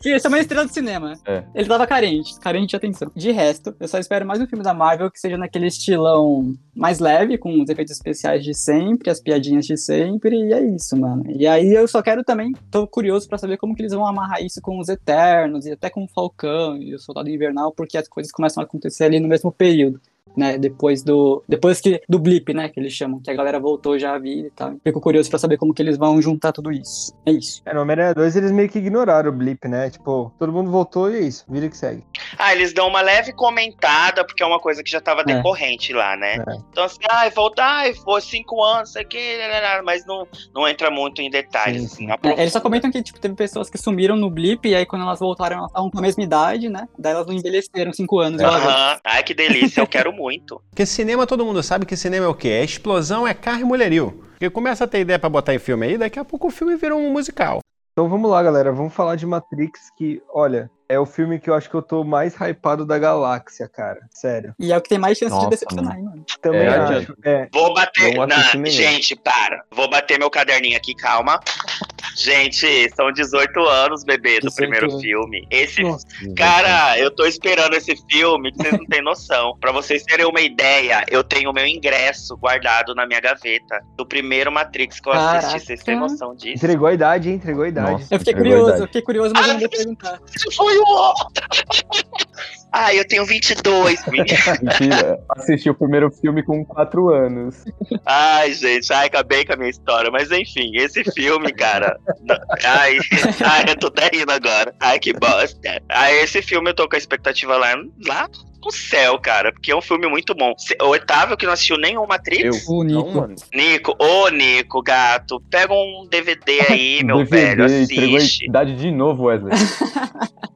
Que isso é uma estrela do cinema. É. Ele tava carente, carente de atenção. De resto, eu só espero mais um filme da Marvel que seja naquele estilão mais leve, com os efeitos especiais de sempre, as piadinhas de sempre, e é isso, mano. E aí eu só quero também, tô curioso pra saber como que eles vão amarrar isso com os Eternos, e até com o Falcão e o Soldado Invernal, porque as coisas começam a acontecer ali no mesmo período. Né, depois do depois que do blip, né, que eles chamam, que a galera voltou já a vida e tal. Fico curioso pra saber como que eles vão juntar tudo isso. É isso. É, no Homem-Aranha 2 eles meio que ignoraram o blip, né? Tipo, todo mundo voltou e é isso. Vira que segue. Ah, eles dão uma leve comentada, porque é uma coisa que já tava decorrente lá, né? É. Então, assim, ai, voltar, ai, foi cinco anos, sei que, lá, lá, lá, mas não, não entra muito em detalhes. Sim, assim, sim. na É, eles só profunda. comentam que tipo, teve pessoas que sumiram no blip e aí quando elas voltaram, elas estavam com a mesma idade, né? Daí elas não envelheceram cinco anos. elas- Aham. Ai, que delícia, eu quero muito. Porque cinema, todo mundo sabe que cinema é o quê? É explosão, é carro e mulherio. Porque começa a ter ideia pra botar em filme aí, daqui a pouco o filme vira um musical. Então vamos lá, galera. Vamos falar de Matrix, que, olha, é o filme que eu acho que eu tô mais hypado da galáxia, cara. Sério. E é o que tem mais chance Nossa, de decepcionar, hein, mano. Também É, acho. É. Vou bater. Não assisti Não, nenhum. gente, para. Vou bater meu caderninho aqui, calma. Gente, são 18 anos, bebê, do 18 primeiro anos. filme. Esse Nossa. Cara, eu tô esperando esse filme, que vocês não têm noção. Pra vocês terem uma ideia, eu tenho o meu ingresso guardado na minha gaveta do primeiro Matrix que eu assisti. Caraca. Vocês têm noção disso? Entregou a idade, hein? Entregou a idade. Nossa, Eu fiquei é curioso, verdade. eu fiquei curioso, mas eu Ah, não vou perguntar. Foi o outro! Ai, eu tenho 22, menina. Mentira. Assisti o primeiro filme com 4 anos. Ai, gente, ai, acabei com a minha história. Mas enfim, esse filme, cara. não- ai, ai, eu tô até rindo agora. Ai, que bosta. Ai, esse filme eu tô com a expectativa lá, lá pro céu, cara, porque é um filme muito bom. Se- O Otávio, que não assistiu nenhum Eu. Matrix. O Não, Nico. mano. Nico, ô Nico, gato, pega um DVD aí, meu velho, DVD, entregou a assiste. idade de novo, Wesley.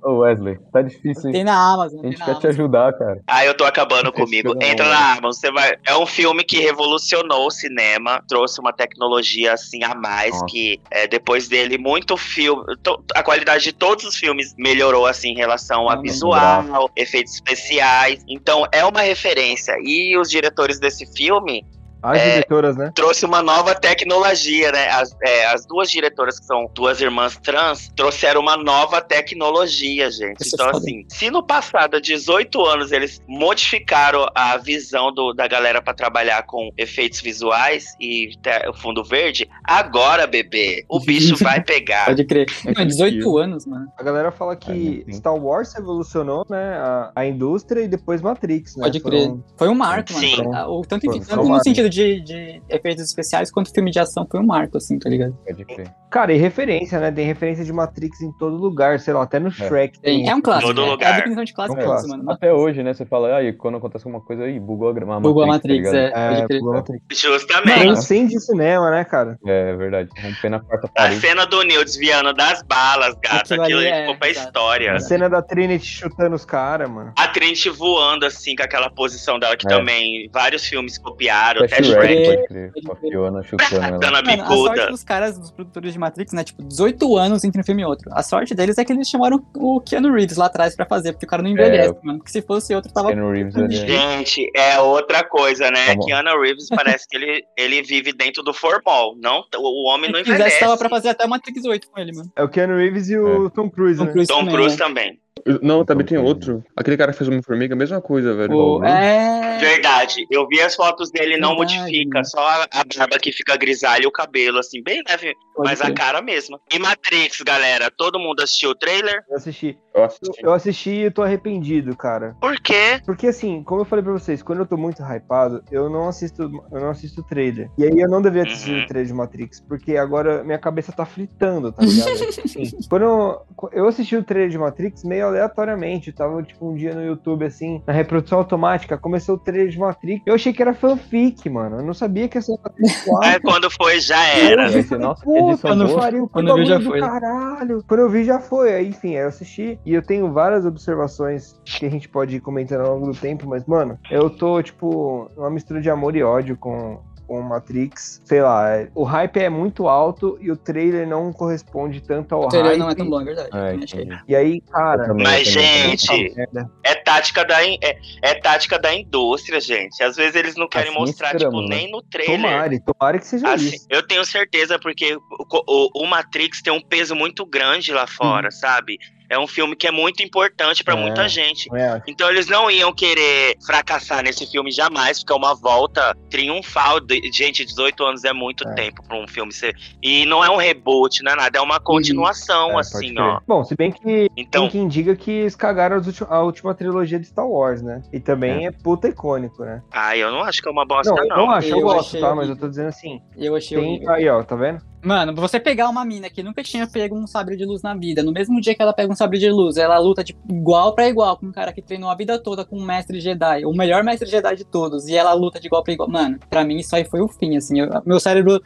Ô, Wesley, tá difícil, hein? Tem na Amazon. A Tem gente na quer te Amazon. ajudar, cara. Ah, eu tô acabando Esse comigo. filme é Entra bom, na Amazon, você vai. É um filme que revolucionou o cinema, trouxe uma tecnologia assim a mais Nossa. que é, depois dele muito filme, to- a qualidade de todos os filmes melhorou assim em relação a Não, não. visual, efeitos especiais. Então é uma referência e os diretores desse filme As É. diretoras, né? trouxe uma nova tecnologia, né? As, é, as duas diretoras que são duas irmãs trans trouxeram uma nova tecnologia, gente. Isso é então, foda. assim, se no passado, há 18 anos, eles modificaram a visão do- da galera pra trabalhar com efeitos visuais e te- o fundo verde, agora, bebê, Uhum. o bicho vai pegar. Pode crer. Não, é 18 anos, mano. A galera fala que É, sim. Star Wars revolucionou, né, a, a indústria e depois Matrix, né? Pode crer. Foram- Foi um marco, mano. Sim. Ah, O, tanto, em- Foi um tanto no marco. sentido de, de efeitos especiais quanto filme de ação foi um marco, assim, tá ligado? Pode crer. Cara, e referência, né? Tem referência de Matrix em todo lugar, sei lá, até no Shrek. Tem. É um clássico. Todo né? É lugar. a definição de clássico, É um isso, clássico. mano. Mas- Até hoje, né? Você fala, aí quando acontece alguma coisa, aí bugou a grama. Bugou a Matrix, tá ligado? é. Pode crer. pulou Matrix. Justamente. Transcende cinema, né, cara? É verdade. Rompendo a quarta A parede. cena do Neil desviando das balas, gato, Aquilo aquilo, ali aí é, ficou pra exato. história. A cena da Trinity chutando os caras, mano. A Trinity voando, assim, com aquela posição dela, que É. também vários filmes copiaram, Até até Shrek. Shrek, Shrek. pode crer. Com a Fiona chutando Dando ela. a Mano, a sorte bicuda. dos caras, dos produtores de Matrix, né? Tipo, 18 anos entre um filme e outro. A sorte deles é que eles chamaram o Keanu Reeves lá atrás pra fazer, porque o cara não envelhece, mano. Porque se fosse outro, tava. Keanu Reeves né? ali. Gente, é outra coisa, né? Tá bom. Keanu Reeves parece que ele, ele vive dentro do formal. Não, o homem não Se quisesse, envelhece. tava pra fazer até Matrix 8 com ele, mano. É o Keanu Reeves e o Tom Cruise, Tom né? Cruise Tom também, Cruise tá- né? também. Não, também tem outro. Aquele cara que fez uma formiga, mesma coisa, velho. O- É. Verdade. Eu vi as fotos dele, não Verdade. modifica. Só a, a barba que fica grisalha e o cabelo, assim, bem leve. Pode mas a crer. cara mesma. E Matrix, galera, todo mundo assistiu o trailer? Eu assisti. Eu Eu, assisti. eu assisti e eu tô arrependido, cara. Por quê? Porque assim, como eu falei pra vocês, quando eu tô muito hypado, eu não assisto, eu não assisto trailer. E aí eu não deveria ter assistido Uhum. o trailer de Matrix, porque agora minha cabeça tá fritando, tá ligado? Assim, quando eu, eu assisti o trailer de Matrix meio aleatoriamente, eu tava tipo um dia no YouTube assim, na reprodução automática, começou o trailer de Matrix. Eu achei que era fanfic, mano. Eu não sabia que ia ser Matrix 4. Aí é quando foi, já E era. aí você, nossa, que Puta, edição não boa. pariu, que Quando eu vi, já bagulho do foi, né? Caralho. Quando eu vi, já foi. Aí, enfim, aí eu assisti. E eu tenho várias observações que a gente pode ir comentando ao longo do tempo. Mas, mano, eu tô, tipo, uma mistura de amor e ódio com. com Matrix, sei lá, é- o hype é muito alto e o trailer não corresponde tanto ao O trailer hype. não é tão bom, é verdade. É, Eu também achei. E aí, cara, também, Mas, também, também. gente, puta merda. É tática da, in- é, é tática da indústria, gente. Às vezes eles não querem Assim mostrar, tipo, esperamos, né? nem no trailer. tomara, é tomara que seja Assim, isso. eu tenho certeza, porque o, co- o- o Matrix tem um peso muito grande lá fora, sabe? É um filme que é muito importante pra Hum. É. muita gente. É, Então eles não iam querer fracassar nesse filme jamais, porque é uma volta triunfal. De- Gente, 18 anos é muito É. tempo pra um filme ser. E não é um reboot, não é nada, é uma continuação, é, assim, pode ó. crer. Bom, se bem que Então, tem quem diga que eles cagaram as ulti- a última trilogia de Star Wars, né? E também é puta icônico, né? ai, eu não acho que é uma bosta, Não, não. eu não acho, eu, Eu gosto, achei tá? horrível. Mas eu tô dizendo assim, Eu achei tem... horrível. Aí, ó, tá vendo? Mano, você pegar uma mina que nunca tinha pego um sabre de luz na vida, no mesmo dia que ela pega um sabre de luz, ela luta de igual pra igual com um cara que treinou a vida toda com um mestre Jedi, o melhor mestre Jedi de todos, e ela luta de igual pra igual. Mano, pra mim isso aí foi o fim, assim. eu- meu cérebro.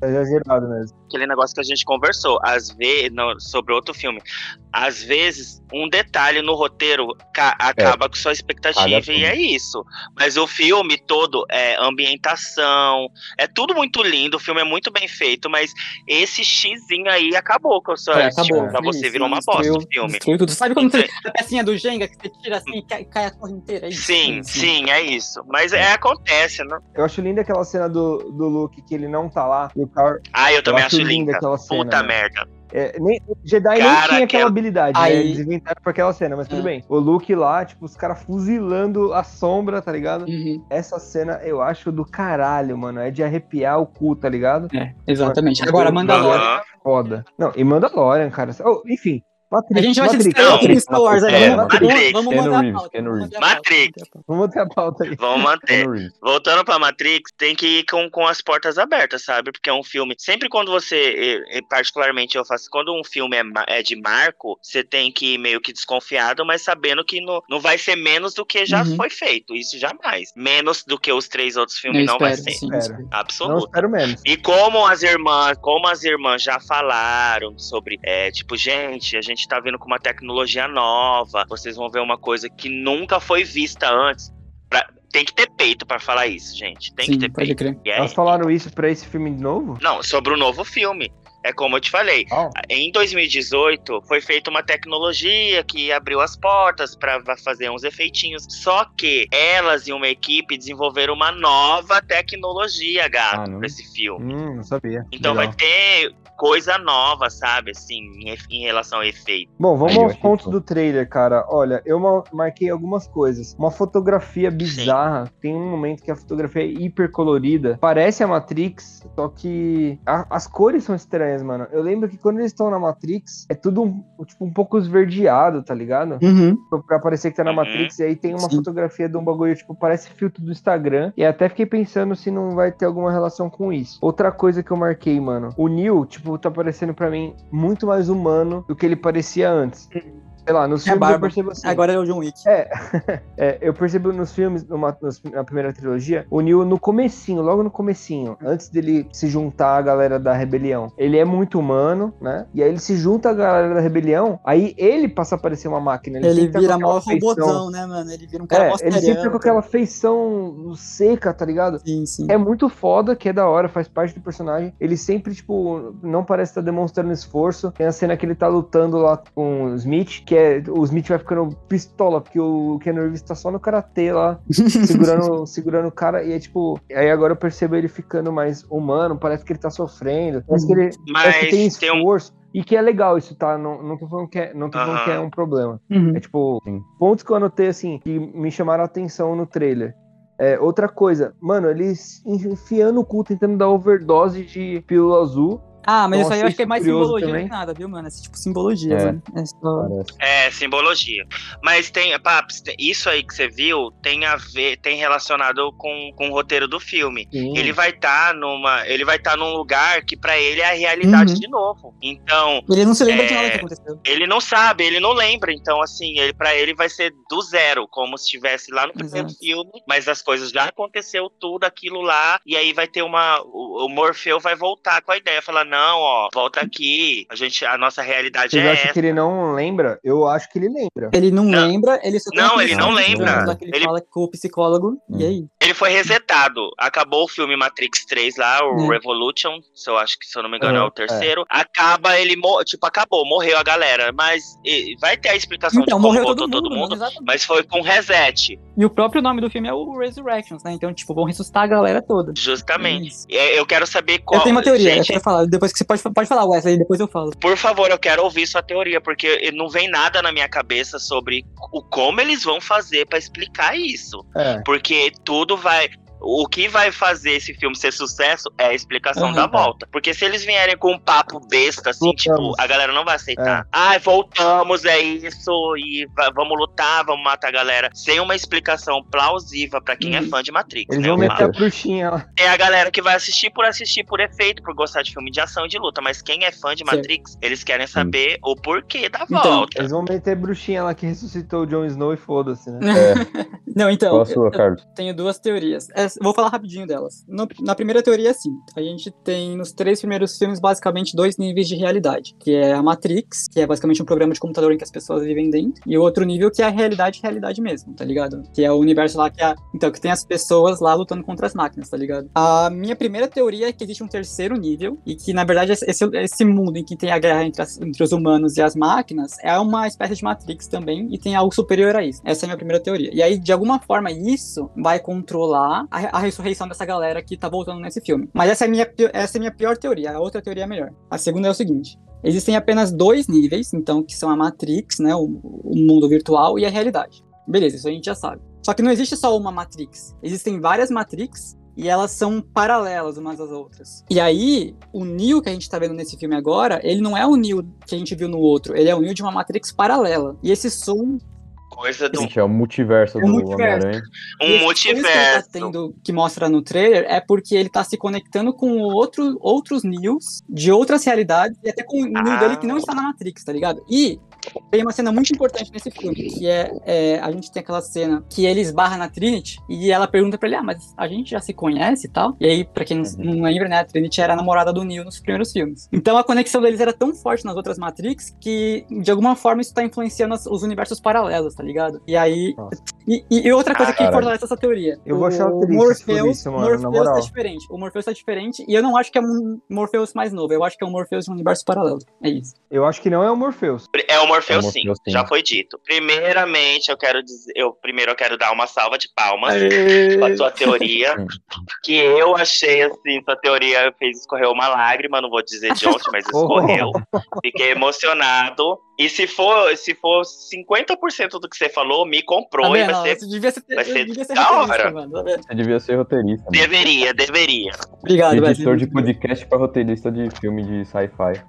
Tá exagerado mesmo. aquele negócio que a gente conversou, às vezes, sobre outro filme, às vezes um detalhe no roteiro ca- acaba com sua Caga expectativa tudo. e é isso. Mas o filme todo é ambientação, é tudo muito lindo, o filme é muito bem feito, mas esse xizinho aí acabou com a sua É, acabou. pra você Isso, virou uma bosta destruiu- o filme. Então, Destruiu tudo. Sabe quando você, a pecinha do Jenga que você tira assim e cai, cai a torre inteira? É isso, Sim, isso. sim, é isso. Mas é, acontece, né? Eu acho linda aquela cena do, do Luke que ele não tá lá. E o Carl, Ah, eu também acho acho linda linda. aquela cena, Puta né? merda. é, nem, o Jedi nem Cara, tinha aquela aquela- habilidade, Aí- né? Eles inventaram pra aquela cena, mas tudo É. bem. O Luke lá, tipo, os caras fuzilando a sombra, tá ligado? Uhum, Essa cena eu acho do caralho, mano. É de arrepiar o cu, tá ligado? é, exatamente. Agora, Uhum. Aham. Mandalorian. Aham. Foda. Não, e Mandalorian, cara. Oh, enfim, A Matrix, gente vai se Matrix. distrair Não. aqui com Star Wars aí. É, vamos, vamos, Matrix. vamos Keanu mandar a Reeves, pauta, Keanu vamos mandar a Matrix. pauta. Vamos manter a pauta aí. Vamos manter. Keanu Reeves. Voltando pra Matrix, tem que ir com, com as portas abertas, sabe? Porque é um filme. Sempre quando você. e- e Particularmente eu faço. Quando um filme é, ma- é de marco, você tem que ir meio que desconfiado, mas sabendo que no, não vai ser menos do que já Uhum. foi feito. Isso jamais. Menos do que os três outros Eu filmes não vai espero, ser. sim. Pera. espero. Absoluto. Não espero menos. E como as irmãs, como as irmãs já falaram sobre, é, tipo, gente, a gente tá vindo com uma tecnologia nova, vocês vão ver uma coisa que nunca foi vista antes. Pra- tem que ter peito pra falar isso, gente. Tem Sim, que ter pode peito. crer. É, E aí- Elas falaram isso pra esse filme de novo? Não, sobre o novo filme. É como eu te falei, Ó. em 2018 foi feita uma tecnologia que abriu as portas pra va- fazer uns efeitinhos. Só que elas e uma equipe desenvolveram uma nova tecnologia, gato, Ah, não. pra esse filme. Hum, não sabia. Então Legal. vai ter coisa nova, sabe? Assim, em, em relação a efeito. Bom, vamos Aí eu aos achei pontos que- do trailer, cara. Olha, eu ma- marquei algumas coisas. Uma fotografia bizarra. Tem um momento que a fotografia é hiper colorida. Parece a Matrix, só que a- as cores são estranhas, mano. Eu lembro que quando eles estão na Matrix, é tudo um, tipo, um pouco esverdeado, tá ligado? Tipo, Pra parecer que tá na Uhum. Matrix. E aí tem uma Sim. fotografia de um bagulho, tipo, parece filtro do Instagram. E até fiquei pensando se não vai ter alguma relação com isso. Outra coisa que eu marquei, mano. O Neil, tipo, tá parecendo pra mim muito mais humano do que ele parecia antes. Sei lá, nos filmes eu barba. percebo assim. Agora é o John Wick. É, eu percebo nos filmes, numa- nos- na primeira trilogia, o Neo no comecinho, logo no comecinho, antes dele se juntar à galera da rebelião, ele é muito humano, né? E aí ele se junta à galera da rebelião, aí ele passa a parecer uma máquina. Ele, Ele sempre tá com vira aquela mó feição- robôzão, né, mano? Ele vira um cara É, mó ele sempre tá serião, com aquela feição seca, tá ligado? Sim, sim. É muito foda, que é da hora, faz parte do personagem. Ele sempre, tipo, não parece estar demonstrando esforço. Tem a cena que ele tá lutando lá com o Smith, que é. O Smith vai ficando pistola, porque o Keanu Reeves tá só no karatê lá, segurando, segurando o cara. E é tipo. Aí agora eu percebo ele ficando mais humano, parece que ele tá sofrendo. Parece que ele parece que tem Mas tem um. esforço. E que é legal isso, tá? Não, não tô falando que é, não tô falando Aham. que é um problema. Uhum. É tipo, Sim. pontos que eu anotei assim, que me chamaram a atenção no trailer. É, outra coisa, mano, eles enfiando o cu, tentando dar overdose de pílula azul. Ah, mas Então, isso aí assim, eu acho que é mais curioso simbologia também. do que nada, viu, mano? É tipo simbologia, É. velho. É só... Parece. É, simbologia. Mas tem. Paps, tem- isso aí que você viu tem a ver. Tem relacionado com, com o roteiro do filme. Ele vai estar numa. Ele vai estar num lugar que pra ele é a realidade Uhum. de novo. Então, Ele não se lembra de É. nada que aconteceu. ele não sabe, ele não lembra. Então, assim, ele para ele vai ser do zero, como se estivesse lá no primeiro Exato. filme, mas as coisas já aconteceu tudo aquilo lá, e aí vai ter uma o, o Morfeu vai voltar com a ideia, falar: "Não, ó, volta aqui. A gente a nossa realidade Vocês é acham essa". que ele não lembra? Eu acho que ele lembra. Ele não, Não. lembra, ele só tem Não, aquele ele não sentimento lembra. lá que Ele, Ele- Tá fala com o psicólogo, e aí? Ele foi resetado. Acabou o filme Matrix 3 lá, o Hum. Revolution, se eu acho que se eu não me engano é Uhum, o terceiro. Acaba ele, mo- tipo, acabou, morreu a galera, mas e, vai ter a explicação Então, de como morreu voltou todo mundo, todo mundo. mano, exatamente. Mas foi com reset, E o próprio nome do filme é o Resurrections, né? Então, tipo, vão ressuscitar a galera toda. justamente. Isso. É, Eu quero saber qual. Eu tenho uma teoria, eu Gente, quero falar. Depois que você pode, pode falar, Wesley, depois eu falo. por favor, eu quero ouvir sua teoria, porque não vem nada na minha cabeça sobre o como eles vão fazer pra explicar isso. É. Porque tudo vai. O que vai fazer esse filme ser sucesso é a explicação Aham. da volta. Porque se eles vierem com um papo besta, assim, Voltamos. tipo, a galera não vai É. aceitar. Ai, voltamos, é isso, e va- vamos lutar, vamos matar a galera. Sem uma explicação plausível pra quem é Uhum. fã de Matrix, Eles né? vão Eu meter falo. a bruxinha lá. É a galera que vai assistir por assistir por efeito, por gostar de filme de ação e de luta. Mas quem é fã de Matrix, eles querem saber o porquê da Então, volta. Eles vão meter a bruxinha lá que ressuscitou o Jon Snow e foda-se, né? Não, então, Qual a eu sua, Carlos? tenho duas teorias. Essa- vou falar rapidinho delas. No- na primeira teoria, sim. A gente tem nos três primeiros filmes, basicamente, dois níveis de realidade. Que é a Matrix, que é basicamente um programa de computador em que as pessoas vivem dentro. E o outro nível que é a realidade, realidade mesmo, tá ligado? Que é o universo lá que é... Então, que tem as pessoas lá lutando contra as máquinas, tá ligado? A minha primeira teoria é que existe um terceiro nível. E que, na verdade, esse, esse mundo em que tem a guerra entre, as- entre os humanos e as máquinas é uma espécie de Matrix também. E tem algo superior a isso. Essa é a minha primeira teoria. E aí, de alguma forma, isso vai controlar a, a ressurreição dessa galera que tá voltando nesse filme. Mas essa é a minha, pi- essa é a minha pior teoria. A outra teoria é melhor. A segunda é o seguinte. Existem apenas dois níveis, então, que são a Matrix, né, o, o mundo virtual e a realidade. Beleza, isso a gente já sabe. Só que não existe só uma Matrix. Existem várias Matrix e elas são paralelas umas às outras. E aí, o Neo que a gente tá vendo nesse filme agora, ele não é o Neo que a gente viu no outro, ele é o Neo de uma Matrix paralela. E esse som Um Coisa do Gente, é o multiverso É o do multiverso. Homem-Aranha. E um esse coisa que ele tá multiverso. tendo- que mostra no trailer é porque ele tá se conectando com outro, outros Neos de outras realidades e até com o Neo Ah. dele que não está na Matrix, tá ligado? E tem uma cena muito importante nesse filme, que é, é, a gente tem aquela cena que ele esbarra na Trinity e ela pergunta pra ele, ah, mas a gente já se conhece e tal? E aí, pra quem não, Uhum. não lembra, né, a Trinity era a namorada do Neo nos primeiros filmes. Então a conexão deles era tão forte nas outras Matrix que, de alguma forma, isso tá influenciando as- os universos paralelos, tá ligado? E aí, e, e- e outra coisa que Caralho. fortalece essa teoria. Eu vou achar o triste Morpheus, por isso, mano, na Morpheus moral. tá diferente. O Morpheus tá diferente e eu não acho que é um Morpheus mais novo. Eu acho que é um Morpheus de um universo paralelo. É isso. Eu acho que não é o Morpheus. É o Morpheus, É o sim, Morpheus, sim. já foi dito. Primeiramente, eu quero dizer, eu primeiro eu quero dar uma salva de palmas pra sua teoria, que eu achei assim, sua teoria fez escorrer uma lágrima, não vou dizer de onde, mas escorreu. Fiquei emocionado. E se for, se for 50% do que você falou, me comprou Tá e vendo? vai ser Você devia ser, vai ser devia ser da roteirista, hora. mano. Tá vendo? Você devia ser roteirista. né? Deveria, deveria. Obrigado, Editor de Wesley. podcast pra roteirista de filme de sci-fi.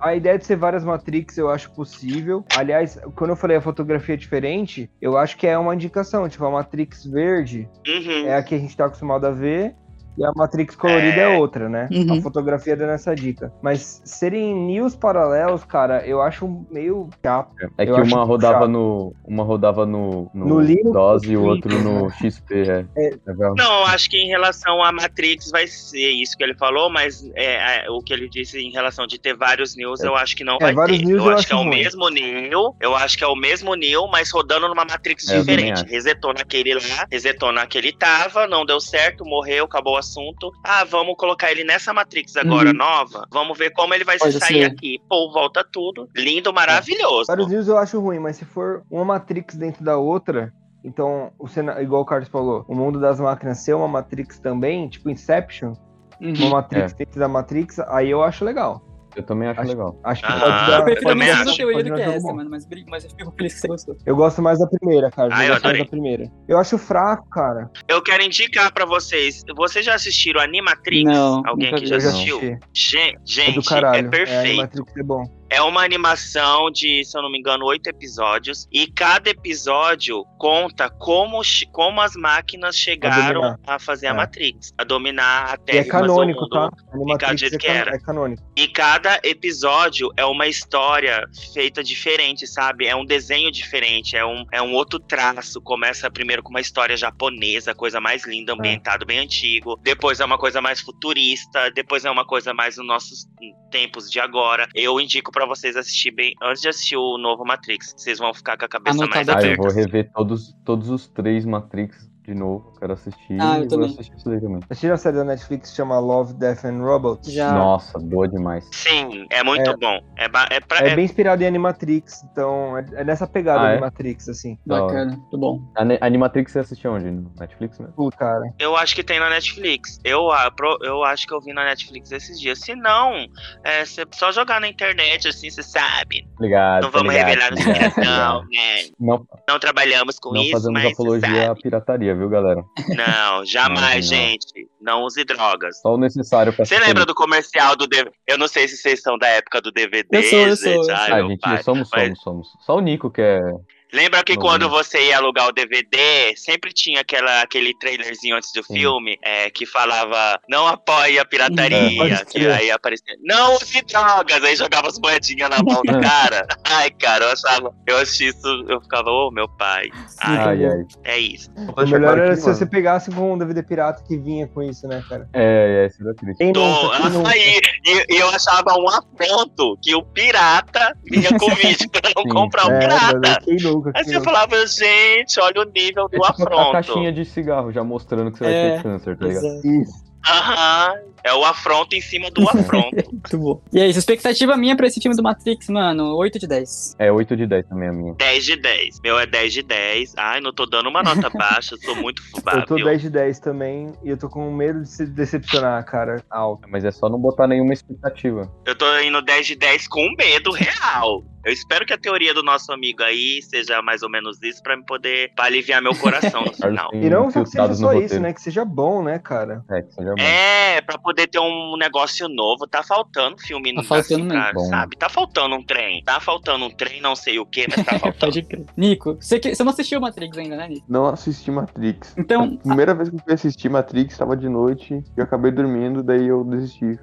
A ideia de ser várias Matrix eu acho possível. Aliás, quando eu falei a fotografia é diferente, eu acho que é uma indicação. Tipo, a Matrix verde Uhum. é a que a gente tá acostumado a ver. E a Matrix colorida é, É. outra, né? Uhum. A fotografia dando essa dica. Mas serem news paralelos, cara, eu acho meio chato. É que Eu acho uma rodava puxado. no. Uma rodava no. No Linux, DOS e o no outro no XP. É. Tá vendo? Não, acho que em relação à Matrix vai ser isso que ele falou, mas é, é, o que ele disse em relação de ter vários News, eu acho que não vai vários ter. Neos eu eu acho que é acho o ruim. mesmo Neo, eu acho que é o mesmo Neo, mas rodando numa Matrix É, eu também diferente. acho. Resetou naquele lá, resetou naquele tava, não deu certo, morreu, acabou o assunto. Ah, vamos colocar ele nessa Matrix agora, Uhum. nova. Vamos ver como ele vai se Pode sair ser. aqui. Pô, volta tudo. Lindo, maravilhoso. Vários news eu acho ruim, mas se for uma Matrix dentro da outra. Então, o cena... igual o Carlos falou, o mundo das máquinas ser uma Matrix também, tipo Inception, Uhum. uma Matrix É. dentro da Matrix, aí eu acho legal. Eu também acho Acho- legal. Acho que Ah, pode dar. Eu prefiro a pode também dar- mesma acho. teoria pode do dar que é jogo essa, bom. mano. Mas, bri- mas eu fico feliz que você gostou. Eu gosto mais da primeira, cara. Ah, eu eu gosto mais adorei. da primeira. Eu acho fraco, cara. Eu quero indicar pra vocês. Vocês já assistiram Animatrix? Não, Alguém nunca aqui vi. já Eu já assistiu? assisti. Gen- É Gente, do caralho. é É, a perfeito. Matrix é bom. É uma animação de, se eu não me engano, oito episódios. E cada episódio conta como, chi- como as máquinas chegaram dominar. a, fazer a É. Matrix, a dominar a E Terra é e fazer o canônico, mundo. tá? Ficar do Animatrix jeito é, que can- era. é canônico. E cada episódio é uma história feita diferente, sabe? É um desenho diferente, é um, é um outro traço. Começa primeiro com uma história japonesa, coisa mais linda, ambientado bem antigo. Depois é uma coisa mais futurista, depois é uma coisa mais nos nossos tempos de agora. Eu indico pra vocês assistir bem antes de assistir o novo Matrix, que vocês vão ficar com a cabeça mais Anotado. Ah, eu aberta. vou rever todos, todos os três Matrix de novo. Quero assistir. Ah, eu e vou também. assistir isso daí também. Assistiram a série da Netflix que chama Love, Death and Robots? Já. Nossa, boa demais. Sim, é muito bom. É, ba- é pra- É, é- bem inspirado em Animatrix, então é, é nessa pegada Ah, é? de Matrix, assim. Da hora. Bacana, muito bom. A Ne- Animatrix você assistiu onde? No Netflix mesmo? Pô, cara. Eu acho que tem na Netflix. Eu, a- pro- eu acho que eu vi na Netflix esses dias. Se não, é cê- só jogar na internet, assim, você sabe. Ligado. não tá vamos ligado, revelar no ligado, não, ligado. né? Não, Não trabalhamos com não isso, fazemos mas cê apologia à sabe. pirataria, viu, galera? Não, jamais, Não, não. gente. Não use drogas. Só o necessário pra Você lembra do comercial do DVD? Eu não sei se vocês são da época do DVD, Eu sou, eu sou, eu gente. sou. Ai, Ah, meu gente, pai. somos, Mas- somos, somos. Só o Nico que é. Lembra que Não quando lembro. você ia alugar o DVD, sempre tinha aquela, aquele trailerzinho antes do Sim. filme é, que falava não apoie a É, Pode pirataria, que crer. aí aparecia não use drogas, aí jogava as moedinhas na mão É. do cara. Ai, cara, eu achava, eu assisti isso, eu ficava, ô meu pai, ai, Ai, ai. é isso. O melhor era aqui, se mano. você pegasse com um DVD pirata que vinha com isso, né, cara? É, é, esse da Cris. Quem Do, nunca, quem nunca? aí, ah, e, e eu achava um afronto que o pirata vinha com vídeo pra não Sim, comprar o É, pirata. mano, quem nunca? Aí quem você nunca? falava, gente, olha o É nível do tipo a afronto. caixinha de cigarro já mostrando que você vai É, ter câncer, tá ligado? Isso. Aham, é o afronto em cima do afronto. Muito bom. E é isso, expectativa minha pra esse filme do Matrix, mano. 8 de 10. É 8 de 10 também a minha. 10 de 10. Meu é 10 de 10. Ai, não tô dando uma nota baixa, sou muito fubá, Eu tô viu? 10 de 10 também e eu tô com medo de se decepcionar, cara. Alto. Mas é só não botar nenhuma expectativa. Eu tô indo 10 de 10 com medo real. Eu espero que a teoria do nosso amigo aí seja mais ou menos isso pra me poder pra aliviar meu coração no final. E não que seja só isso, né? Que seja bom, né, cara? É, que seja bom. É, pra poder ter um negócio novo. Tá faltando filme Tá faltando assim, mesmo. cara, Bom. sabe? Tá faltando um trem. Tá faltando um trem, não sei o que, mas tá faltando. Pode crer. Nico, você, que- você não assistiu Matrix ainda, né, Nico? Não assisti Matrix. Então, A primeira vez que eu fui assistir Matrix, tava de noite, eu acabei dormindo, daí eu desisti.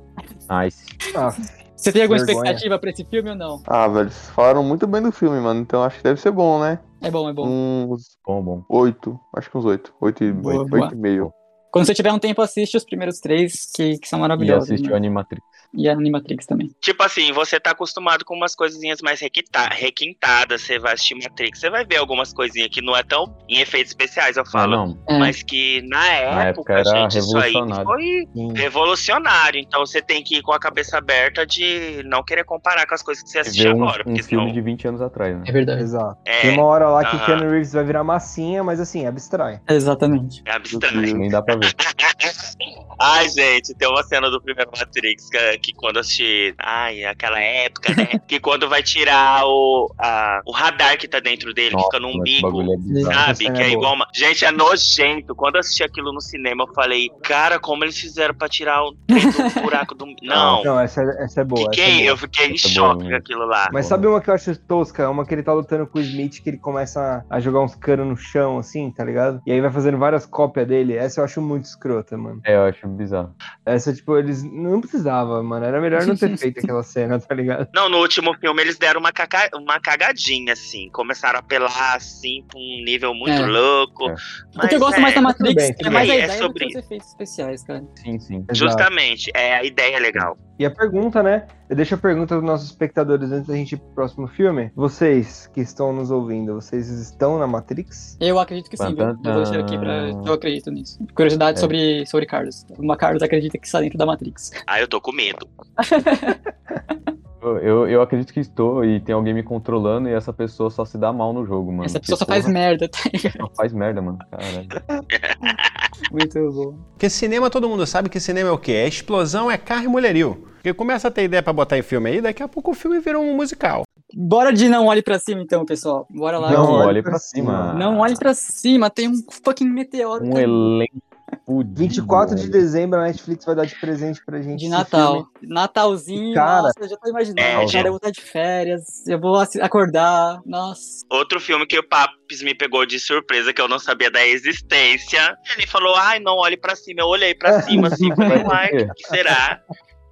Nice. Ah, você tem alguma Vergonha. expectativa pra esse filme ou não? Ah, velho, vocês falaram muito bem do filme, mano, então acho que deve ser bom, né? É bom, é bom. Uns Bom, bom. oito, acho que uns oito. Oito e, Boa, oito, boa. oito e meio. Quando você tiver um tempo, assiste os primeiros três, que, que são E maravilhosos. assistiu né? Animatrix. E a Animatrix também. tipo assim, você tá acostumado com umas coisinhas mais requita- requintadas. Você vai assistir Matrix, você vai ver algumas coisinhas que não é tão em efeitos especiais, eu Ah, falo. não. É. Mas que na época época, era gente, isso aí revolucionário. foi revolucionário. Então você tem que ir com a cabeça aberta de não querer comparar com as coisas que você Você assiste vê um, agora. um Porque senão. filme de 20 anos atrás, né? É verdade. Exato. Tem É, uma hora lá que aham. Keanu Reeves vai virar massinha, mas assim, abstrai. Exatamente. é abstrato. Nem dá pra ver. Ai, gente, tem uma cena do primeiro Matrix que, que quando assisti. Ai, aquela época, né? que quando vai tirar o, a- o radar que tá dentro dele, que Nossa, fica no mas esse umbigo. bagulho é bizarro. Sabe, Essa que é boa. é igual uma. Gente, é nojento. Quando eu assisti aquilo no cinema, eu falei, cara, como eles fizeram pra tirar o do buraco do. Não, Não, essa, essa é boa. essa é fiquei, boa. eu fiquei em Essa é boa choque com mesmo. aquilo lá. Mas sabe uma que eu acho tosca? Uma que ele tá lutando com o Smith, que ele começa a jogar uns canos no chão, assim, tá ligado? E aí vai fazendo várias cópias dele. Essa eu acho muito escrota, mano. É, eu acho bizarro. Essa, tipo, eles não precisava, mano. Era melhor não ter feito aquela cena, tá ligado? Não, no último filme eles deram uma, caca- uma cagadinha, assim. Começaram a apelar, assim, pra um nível muito É. louco. É. o que eu gosto é, mais da Matrix bem, tudo é mais bem. a É ideia sobre do que os efeitos especiais, cara. Sim, sim. Exato. Justamente, é a ideia é legal. E a pergunta, né? Eu deixo a pergunta dos nossos espectadores antes da gente ir pro próximo filme. Vocês que estão nos ouvindo, vocês estão na Matrix? Eu acredito que sim, viu? Eu vou deixar aqui pra. Eu acredito nisso. Curiosidade É. sobre, sobre Carlos. Uma Carlos acredita que está dentro da Matrix. Ah, eu tô com medo. Eu, eu, eu acredito que estou e tem alguém me controlando e essa pessoa só se dá mal no jogo, mano. Essa pessoa só Porque, faz merda, tá ligado? porra, só faz merda, mano. Caralho. Muito bom. Porque cinema, todo mundo sabe que cinema é o quê? É explosão, é carro e mulherio. Porque começa a ter ideia pra botar em filme aí, daqui a pouco o filme vira um musical. Bora de não olhe pra cima então, pessoal. Bora lá. Não olhe olhe pra pra cima. Não olhe pra cima, tem um fucking meteoro Um caindo elenco fudido, 24 de velho. dezembro a Netflix vai dar de presente pra gente. de esse Natal. filme. Natalzinho, Cara. nossa, eu já tô imaginando, É, já. cara, eu vou estar de férias, eu vou assi- acordar, nossa. Outro filme que o Papis me pegou de surpresa, que eu não sabia da existência. Ele falou, ai, não, olhe pra cima. Eu olhei pra cima, assim, falei, Mas ai, por quê? o que será?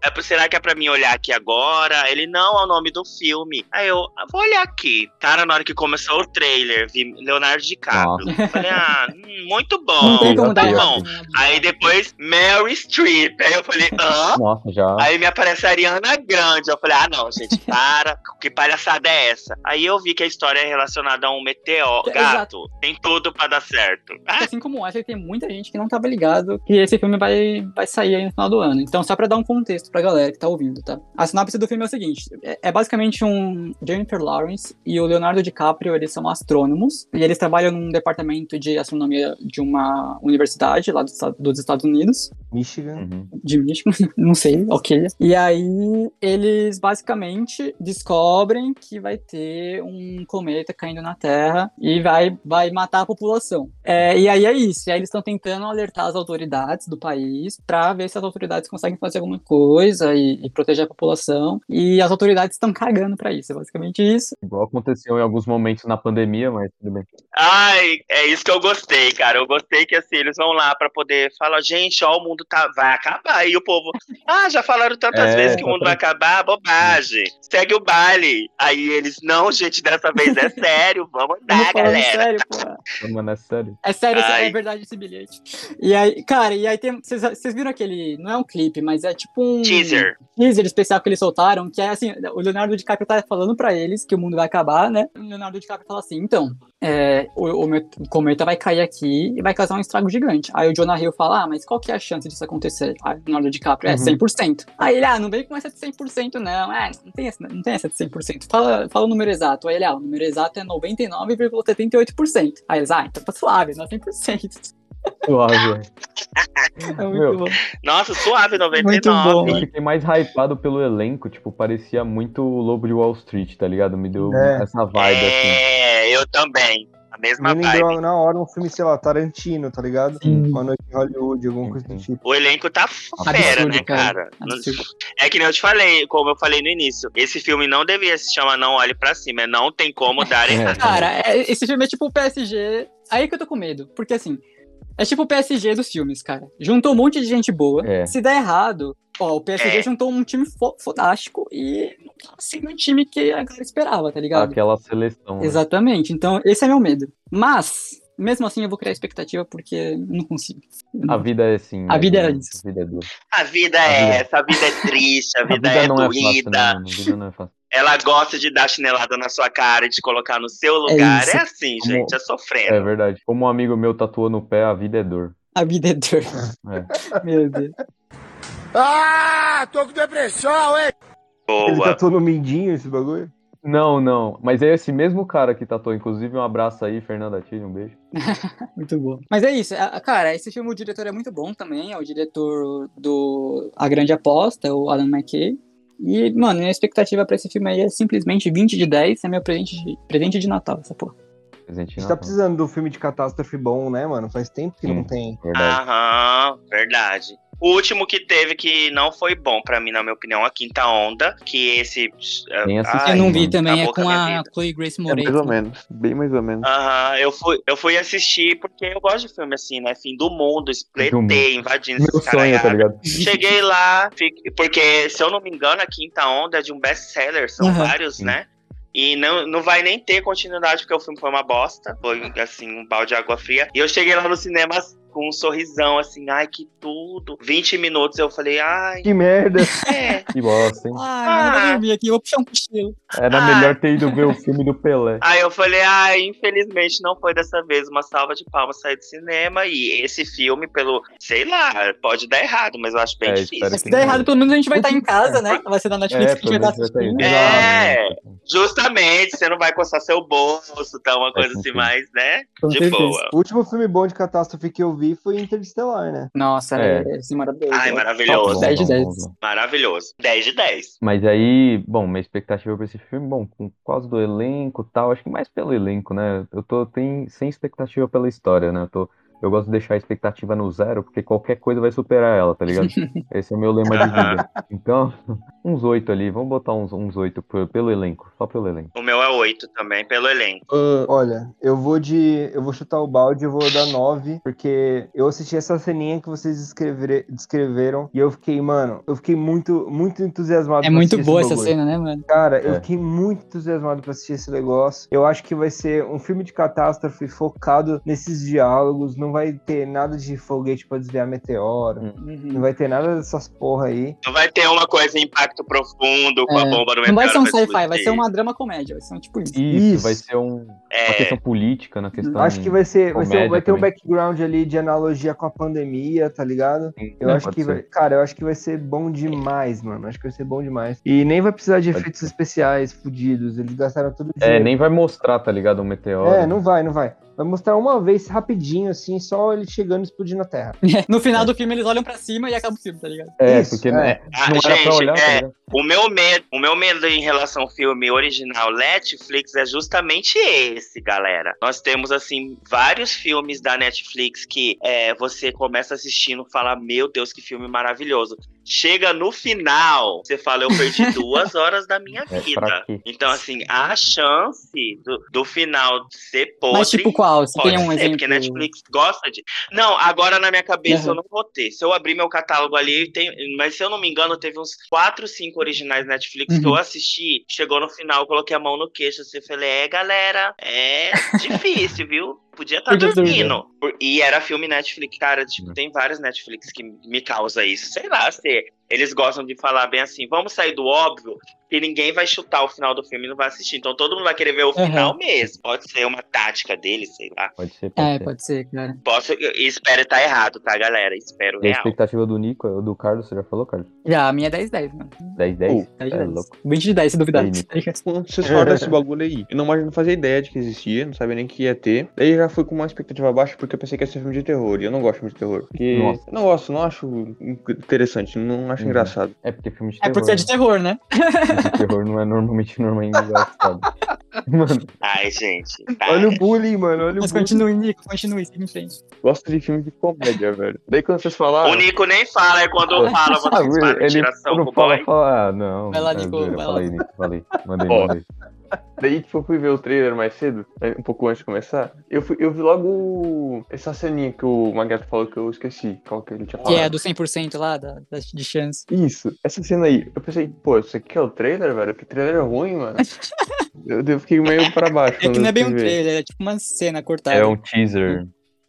É, pro- será que é pra mim olhar aqui agora? Ele, não, é o nome do filme. Aí eu, "Ah, vou olhar aqui. Cara, na hora que começou o trailer, vi Leonardo DiCaprio. Falei, ah, hum, muito bom. Não tem como ok, dar muito errado. tá né? bom. Aí depois, Mary Streep. Aí eu falei, hã? Nossa, já. Aí me aparece a Ariana Grande. Eu falei, ah, não, gente, para. que palhaçada é essa? Aí eu vi que a história é relacionada a um meteoro. É, Gato, tem tudo pra dar certo. Ah, Assim como essa, tem muita gente que não tava ligado que esse filme vai, vai sair aí no final do ano. Então, só pra dar um contexto pra galera que tá ouvindo, tá? A sinopse do filme é o seguinte: é, é basicamente um Jennifer Lawrence e o Leonardo DiCaprio, eles são astrônomos e eles trabalham num departamento de astronomia de uma universidade lá dos Estados- dos Estados Unidos. Michigan. Uhum. de Michigan, não sei, ok. E aí eles basicamente descobrem que vai ter um cometa caindo na Terra e vai, vai matar a população. É, e aí é isso. E aí eles estão tentando alertar as autoridades do país pra ver se as autoridades conseguem fazer alguma coisa e, e proteger a população. E as autoridades estão cagando pra isso. É basicamente isso. Igual aconteceu em alguns momentos na pandemia, mas tudo bem. Ai, é isso que eu gostei, cara. Eu gostei que assim, eles vão lá pra poder falar, gente, ó, o mundo tá, vai acabar. E o povo, ah, já falaram tantas É, vezes que o tá mundo vai acabar, bobagem. Segue o baile. Aí eles, não, gente, dessa vez é sério, vamos Eu não andar, falo Tá, galera. sério, pô. Mano, é sério. É sério, Ai. é verdade esse bilhete. E aí, cara, e aí tem. Vocês vocês viram aquele. Não é um clipe, mas é tipo um. Teaser. teaser especial que eles soltaram, que é assim, o Leonardo DiCaprio tá falando pra eles que o mundo vai acabar, né? O Leonardo DiCaprio fala assim, então, é, o, o meu- o cometa vai cair aqui e vai causar um estrago gigante. Aí o Jonah Hill fala, ah, mas qual que é a chance disso acontecer? Aí o Leonardo DiCaprio, é Uhum. 100%. Aí ele, ah, não vem com essa de 100% não, é, não tem essa, não tem essa de 100%. Fala, fala o número exato. Aí ele, ah, o número exato é 99,78%. Aí eles, ah, então tá suave, não é 100%. Suave. velho. É muito Meu. bom. Nossa, suave, Muito 99. bom. Eu fiquei mais hypado pelo elenco, tipo, parecia muito o Lobo de Wall Street, tá ligado? Me deu É. essa vibe, assim. É, eu também. A mesma Me vibe. lembrou na hora um filme, sei lá, Tarantino, tá ligado? Sim. Uma noite em Hollywood, alguma coisa do Sim, tipo. O elenco tá fera, Absurdo, né, cara? Não- Absurdo. É que nem eu te falei, como eu falei no início. Esse filme não devia se chamar Não Olhe Pra Cima. é Não tem como dar errado. Cara, é- esse filme é tipo o PSG. Aí que eu tô com medo. Porque assim, é tipo o PSG dos filmes, cara. Juntou um monte de gente boa. É. Se der errado, ó, o PSG É. juntou um time fo- fodástico e não tá sendo o time que a galera esperava, tá ligado? Aquela seleção. né? Exatamente. Então, esse é meu medo. Mas, mesmo assim, eu vou criar expectativa porque eu não consigo. A vida é assim. A né? vida é isso. A vida é dura. A vida é essa, a vida é triste, a A vida, vida é não é fácil, doída. né? mano? A vida não é fácil. Ela gosta de dar chinelada na sua cara e te colocar no seu lugar. É, isso. assim, Como- gente, é sofrendo. É verdade. Como um amigo meu tatuou no pé, a vida é dor. A vida é dor. Meu Deus. Ele Boa. tatuou no mindinho esse bagulho? Não, não. Mas é esse mesmo Um cara que tatuou. Inclusive, um abraço aí, Fernanda Tilly, um beijo. Muito bom. Mas é isso. a- a- Cara, esse filme, o diretor é muito bom também. É o diretor do A Grande Aposta, o Alan McKay. E, mano, minha expectativa pra esse filme aí é simplesmente 20 de 10. É meu presente de, presente de Natal, essa porra. Presente A gente na tá mão. precisando de um filme de catástrofe bom, né, mano? Faz tempo que não Sim. tem. Ah. Verdade. Aham, verdade. O último que teve que não foi bom pra mim, na minha opinião, a Quinta Onda, que esse... Nem assisti. Ai, eu não vi mano, também. É acabou com a com minha a vida. Chloe Grace É mais ou Moretz. menos, bem mais ou menos. Aham, eu, fui, eu fui assistir porque eu gosto de filme assim, né? Fim do mundo, Do mundo. espletei, invadindo Meu esses sonho, tá caralhados. ligado? Cheguei lá, fiquei- porque se eu não me engano, a quinta onda é de um best-seller, são Aham. vários, né? E não, não vai nem ter continuidade, porque o filme foi uma bosta. Foi, assim, um balde de água fria. E eu cheguei lá no cinema com um sorrisão, assim, ai, que tudo. 20 minutos eu falei, ai, Que merda! é. Que bosta, hein? Ah, eu Ah. vou dormir aqui. eu Vou puxar um cochilo. Era Ah. melhor ter ido ver o filme do Pelé. Aí eu falei, ai, infelizmente não foi dessa vez uma salva de palmas sair do cinema. E esse filme, pelo, sei lá, pode dar errado, mas eu acho bem É, difícil. espero Mas se der errado, pelo menos a gente vai estar em casa, né? Vai ser na Netflix É, que a gente vai estar pelo assistindo. menos vai ter É. Exato, né? Justamente, você não vai coçar seu bolso, tá? É, Uma coisa assim, sentido. mais, né? Com De certeza. boa. O último filme bom de catástrofe que eu vi foi Interestelar, né? Nossa, É. é. esse maravilhoso. Ai, Bom, maravilhoso. bom, 10 de bom, 10. bom. Maravilhoso. 10 de 10. Mas aí, bom, minha expectativa pra esse filme, bom, com causa do elenco e tal, acho que mais pelo elenco, né? Eu tô tem, sem expectativa pela história, né? Eu, tô, eu gosto de deixar a expectativa no zero, porque qualquer coisa vai superar ela, tá ligado? Esse é o meu lema de vida. Então, uns oito ali, vamos botar uns, uns oito pe- pelo elenco, só pelo elenco. O meu é 8 também, pelo elenco. Ah, Olha, eu vou de. Eu vou chutar o balde, eu vou dar 9, porque eu assisti essa ceninha que vocês escrevere- descreveram e eu fiquei, mano, eu fiquei muito, muito entusiasmado. É pra muito assistir boa esse essa bagulho. cena, né, mano? Cara, eu É. fiquei muito entusiasmado pra assistir esse negócio. Eu acho que vai ser um filme de catástrofe focado nesses diálogos. Não vai ter nada de foguete pra desviar meteoro. Uhum. Não vai ter nada dessas porra aí. Não Então vai ter uma coisa em impacto profundo com a É. bomba no Não vai ser um meteoro sci-fi, vai explodir. ser uma drama comédia. Vai ser um tipo isso. Isso, vai Isso. ser um- uma É, questão política, na questão. acho que vai ser, vai, ser- comédia vai ter um também. background ali de analogia com a pandemia, tá ligado? Eu né, acho pode que ser. vai, cara, eu acho que vai ser bom demais, mano. Acho que vai ser bom demais. E nem vai precisar de Pode efeitos especiais fudidos. Eles gastaram todo o É, dinheiro. nem vai mostrar, tá ligado? Um meteoro. É, não vai, não vai. Vai mostrar uma vez rapidinho, assim, só ele chegando e explodindo a Terra. No final do filme, eles olham pra cima e acaba o filme, tá ligado? É, Isso, porque é. não é- Ah, não era pra gente, olhar, tá é, ligado? o meu medo, o meu medo em relação ao filme original Netflix é justamente esse, galera. Nós temos assim vários filmes da Netflix que é, você começa assistindo, fala meu Deus que filme maravilhoso. Chega no final, você fala eu perdi duas horas da minha É, vida. pra quê? Então assim a chance do, do final ser podre. Mas tipo qual? Você Pode tem um ser, exemplo? é porque Netflix gosta de. Não, agora na minha cabeça Aham. eu não vou ter. Se eu abrir meu catálogo ali, tem... mas se eu não me engano, teve uns 4, 5 originais Netflix que Uhum. eu assisti. Chegou no final, eu coloquei a mão no queixo assim, eu falei: é, galera, é difícil, viu? Podia estar Podia dormindo. Por- E era filme Netflix, cara. Tipo, Uhum. tem vários Netflix que me causa isso. Sei lá, se Eles gostam de falar bem assim, vamos sair do óbvio, que ninguém vai chutar o final do filme e não vai assistir. Então todo mundo vai querer ver o Uhum. final mesmo. Pode ser uma tática deles, sei lá. Pode ser, pode É, ser. pode ser, cara. Posso, eu- eu espero estar errado, tá, galera? Espero E a real. expectativa do Nico, do Carlos, você já falou, Carlos? Já, a minha é 10-10, mano. 10, 10? Uh, É de é 10. louco. 20 de 10, se duvidar. Tá É Aí, Nico. Vocês falaram desse bagulho aí. Eu não, mas eu não fazia ideia de que existia, não sabia nem que ia ter. Daí eu já fui com uma expectativa baixa porque eu pensei que ia ser filme de terror. E eu não gosto muito de terror. Porque Nossa. eu não gosto, não acho interessante, não Uhum. acho engraçado. É porque filme de É terror. porque é de terror, né? né? Filme de terror não é normalmente normal engraçado. Mano, Ai, gente. tá. Olha o bullying, mano. Olha o Mas bullying. continue, Nico, continue, siga em frente. Gosto de filme de comédia, velho. Daí quando vocês falaram. O Nico nem fala, é quando eu falo, ah, vocês fazem ele tiração com quando o fala, boy. fala, ah, não. Vai lá, é Nico, zoeira. vai Fala lá. aí, Nico, fala aí. Manda aí, Ó. manda aí. Daí, tipo, eu fui ver o trailer mais cedo, né, um pouco antes de começar. Eu, fui, eu vi logo essa ceninha que o Magato falou que eu esqueci. Qual que ele tinha Que falado? é a do 100% lá, da, da- de chance. Isso, essa cena aí. Eu pensei, pô, isso aqui é o trailer, velho? Que trailer é ruim, mano. eu, eu fiquei meio pra baixo. É que quando não é eu bem fui um ver. trailer, é tipo uma cena cortada. É um teaser.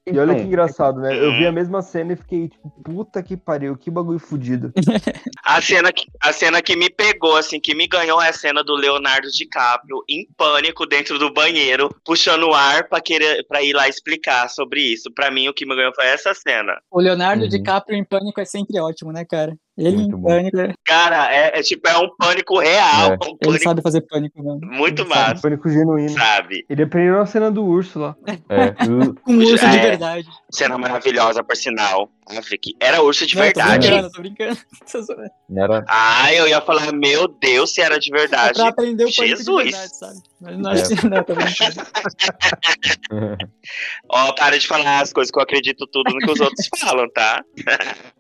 E olha que Então, engraçado, né? Eu vi a mesma cena e fiquei tipo, puta que pariu, que bagulho fudido. A cena, que, a cena que me pegou, assim, que me ganhou é a cena do Leonardo DiCaprio em pânico dentro do banheiro, puxando o ar pra, querer, pra ir lá explicar sobre isso. Pra mim, o que me ganhou foi essa cena. O Leonardo Uhum. DiCaprio em pânico é sempre ótimo, né, cara? Ele Muito em bom. pânico, ele Cara, é, é tipo, é um pânico real. É. um pânico sabe fazer pânico, mano. muito ele sabe. massa, Pânico genuíno. sabe? Ele aprendeu a cena do urso lá. É. Uh, Com um urso Já de é. verdade. Cena maravilhosa, por sinal. Ave, que- Era urso de Não, eu tô verdade. hein? brincando, tô brincando. Tô zoando. não era. Ah, eu ia falar, meu Deus, se era de É verdade. pra aprender o pânico de Ah, Jesus. verdade, sabe? Mas não, É. acho- não, tô brincando. Ó, para de falar as coisas que eu acredito tudo no que os outros falam, tá?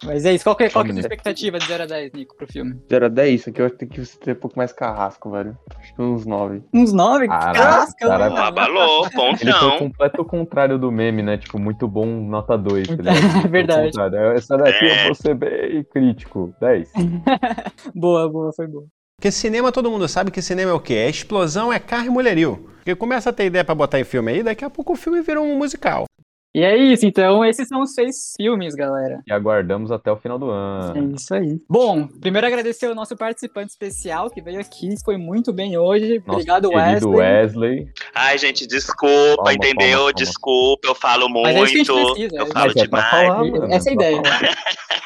Mas é isso, qual que, é- qual que é a sua Olha. expectativa de 0 a 10, Nico, pro filme? 0 a 10, isso aqui eu acho que tem que ser um pouco mais carrasco, velho. Acho que uns 9. Uns 9? Caraca, Carrasca, cara. mano. Ah, abalou, Ele foi o pontão. completo contrário do meme, né? Tipo, muito bom, nota 2. Tá ligado? É verdade. Foi o contrário. Essa daqui É. eu vou ser bem crítico. 10. Boa, boa, foi boa. Porque cinema, todo mundo sabe que cinema é o quê? É explosão, é carro e mulherio. Porque começa a ter ideia pra botar em filme aí, daqui a pouco o filme vira um musical. E é isso, então, esses são os seis filmes, galera. E aguardamos até o final do É ano. isso aí. Bom, primeiro agradecer ao nosso participante especial que veio aqui, foi muito bem hoje. Nosso Obrigado, querido Wesley. Wesley. Ai, gente, desculpa, Calma, entendeu? calma, calma. Desculpa, eu falo Mas é isso que a gente muito. precisa, eu é falo Mas é pra demais. falar, E- mano, essa é a pra ideia. falar.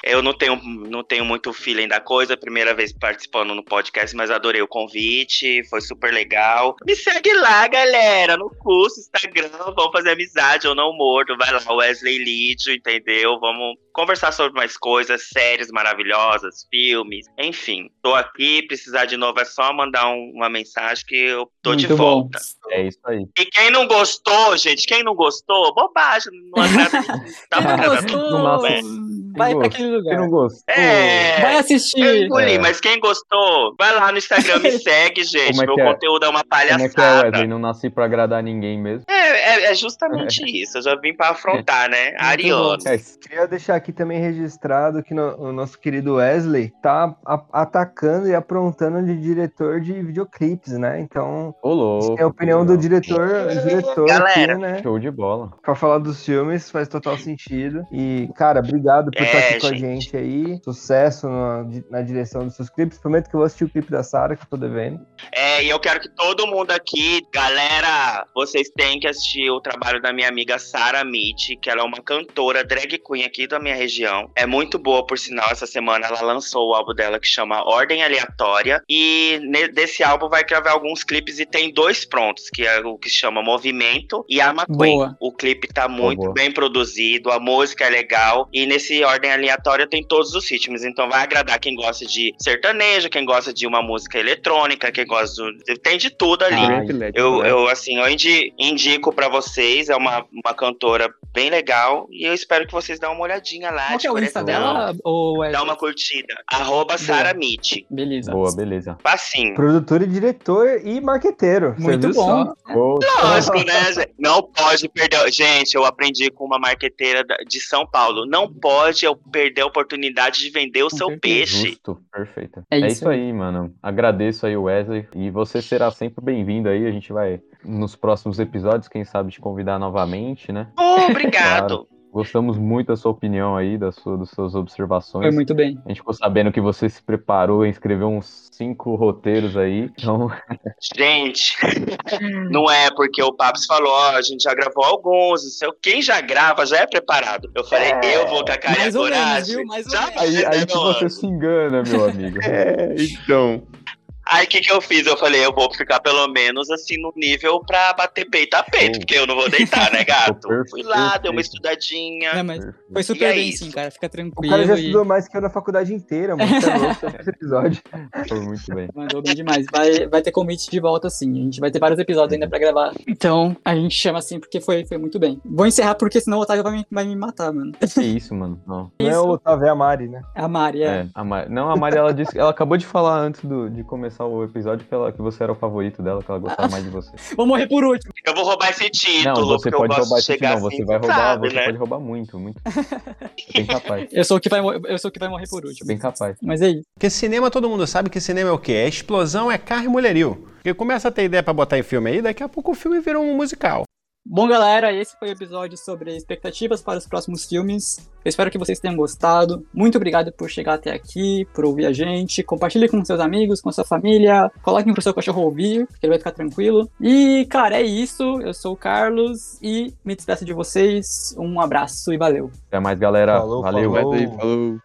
Eu não tenho, não tenho muito feeling da coisa, primeira vez participando no podcast, mas adorei o convite, foi super legal. Me segue lá, galera, no curso, Instagram, vamos fazer amizade, eu não mordo, vai lá, Wesley Lídio, entendeu? Vamos conversar sobre mais coisas, séries maravilhosas, filmes, enfim. Tô aqui, precisar de novo é só mandar um- uma mensagem que eu tô de Muito bom. volta. É isso aí. E quem não gostou, gente, quem não gostou, bobagem, não agrada. tá Quem pra não cada gostou, No máximo, vai pra gostou. aquele Quem lugar. não gostou. É. Vai Eu assistir. engoli, É. mas quem gostou, vai lá no Instagram, me segue, gente. Como é Meu que é? conteúdo é uma Como é que é, palhaçada. Wesley? Não nasci pra agradar ninguém mesmo. É, é- é justamente isso. Eu já vim pra afrontar, né? Ariano. bom. É isso. Queria deixar aqui também registrado que no- o nosso querido Wesley tá a- atacando e aprontando de diretor de videoclipes, né? Então, Ô, louco. é a opinião do legal. diretor, diretor Galera. aqui, né? Show de bola. Pra falar dos filmes, faz total sentido. E, cara, obrigado por É, estar aqui com a gente. gente aí. Sucesso na, na direção dos seus clipes. Prometo que eu vou assistir o clipe da Sarah, que eu tô devendo. É, e eu quero que todo mundo aqui, galera, vocês têm que assistir o trabalho da minha amiga Sara Mitch, que ela é uma cantora drag queen aqui da minha região. É muito boa, por sinal, essa semana ela lançou o álbum dela que chama Ordem Aleatória. E ne- desse álbum vai gravar alguns clipes e tem dois prontos, que é o que chama Movimento e Ama Queen. Boa. O clipe tá muito boa. bem produzido, a música é legal. E nesse Ordem Aleatória tem todos os ritmos. Então vai agradar quem gosta de sertanejo, quem gosta de uma música eletrônica, quem gosta do. Tem de tudo ali. Ah, Grande LED, Eu, né? eu, assim, eu indi- indico pra vocês, é uma, uma cantora bem legal e eu espero que vocês dêem uma olhadinha lá. Qual de que é o Insta coração. dela? Ou Wesley? Dá uma curtida. Arroba Saramite. Beleza. Boa, beleza. Facinho. Produtor e diretor e marqueteiro. Você Muito viu bom. só? Boa. Lógico, né, gente? Não pode perder. Gente, eu aprendi com uma marqueteira da- de São Paulo. Não pode eu perder a oportunidade de vender o Com seu certeza. peixe. Justo, perfeito. É É, isso isso, aí, mano. Agradeço aí o Wesley e você será sempre bem-vindo aí. A gente vai nos próximos episódios, quem sabe te convidar novamente, né? Oh, obrigado. Gostamos muito da sua opinião aí, da sua, das suas observações. Foi muito bem. A gente ficou sabendo que você se preparou e escreveu uns cinco roteiros aí. Então, Gente, não é porque o Papos falou, ó, a gente já gravou alguns, não sei o quem já grava já é preparado. Eu falei, eu vou com a cara e a Mais ou menos, coragem. viu? Mais ou Já menos. É. aí, fiz, aí né, que meu você anjo? se engana, meu amigo. É, então. Aí o que, que eu fiz? Eu falei, eu vou ficar pelo menos assim no nível pra bater peito a peito, Oh. porque eu não vou deitar, né, gato? Perfeito. Fui lá, dei uma estudadinha. Não, mas foi E super é bem isso. sim, cara. Fica O tranquilo. cara já e estudou mais que eu na faculdade inteira, mano. Tá louco, esse episódio. Foi muito bem. Mandou bem demais. Vai, vai ter convite de volta, sim. A gente vai ter vários episódios ainda pra gravar. Então, a gente chama assim porque foi, foi muito bem. Vou encerrar porque senão o Otávio vai me, vai me matar, mano. Que isso, mano. Não. Não é Isso. o Otávio, é a Mari, né? A Mari, é. É, a Mari- Não, a Mari, ela disse. Ela acabou de falar antes do- de começar o episódio que, ela- que você era o favorito dela, que ela Ah. gostava mais de você. Vou morrer por último. Eu vou roubar esse título, Não, você porque eu pode gosto roubar de esse chegar não. assim, Você vai roubar, sabe, você né? pode roubar muito, muito. Bem capaz. Eu sou o que vai, mo- eu sou o que vai morrer por último. Bem capaz. Mas é isso. Porque cinema, todo mundo sabe que cinema é o quê? É explosão, é carro e mulherio. Porque começa a ter ideia pra botar em filme aí, daqui a pouco o filme vira um musical. Bom, galera, esse foi o episódio sobre expectativas para os próximos filmes. Eu espero que vocês tenham gostado. Muito obrigado por chegar até aqui, por ouvir a gente. Compartilhe com seus amigos, com sua família. Coloquem pro seu cachorro ouvir, que ele vai ficar tranquilo. E, cara, é isso. Eu sou o Carlos e me despeço de vocês. Um abraço e valeu. Até mais, galera. Falou, Valeu. falou. Mas aí, falou.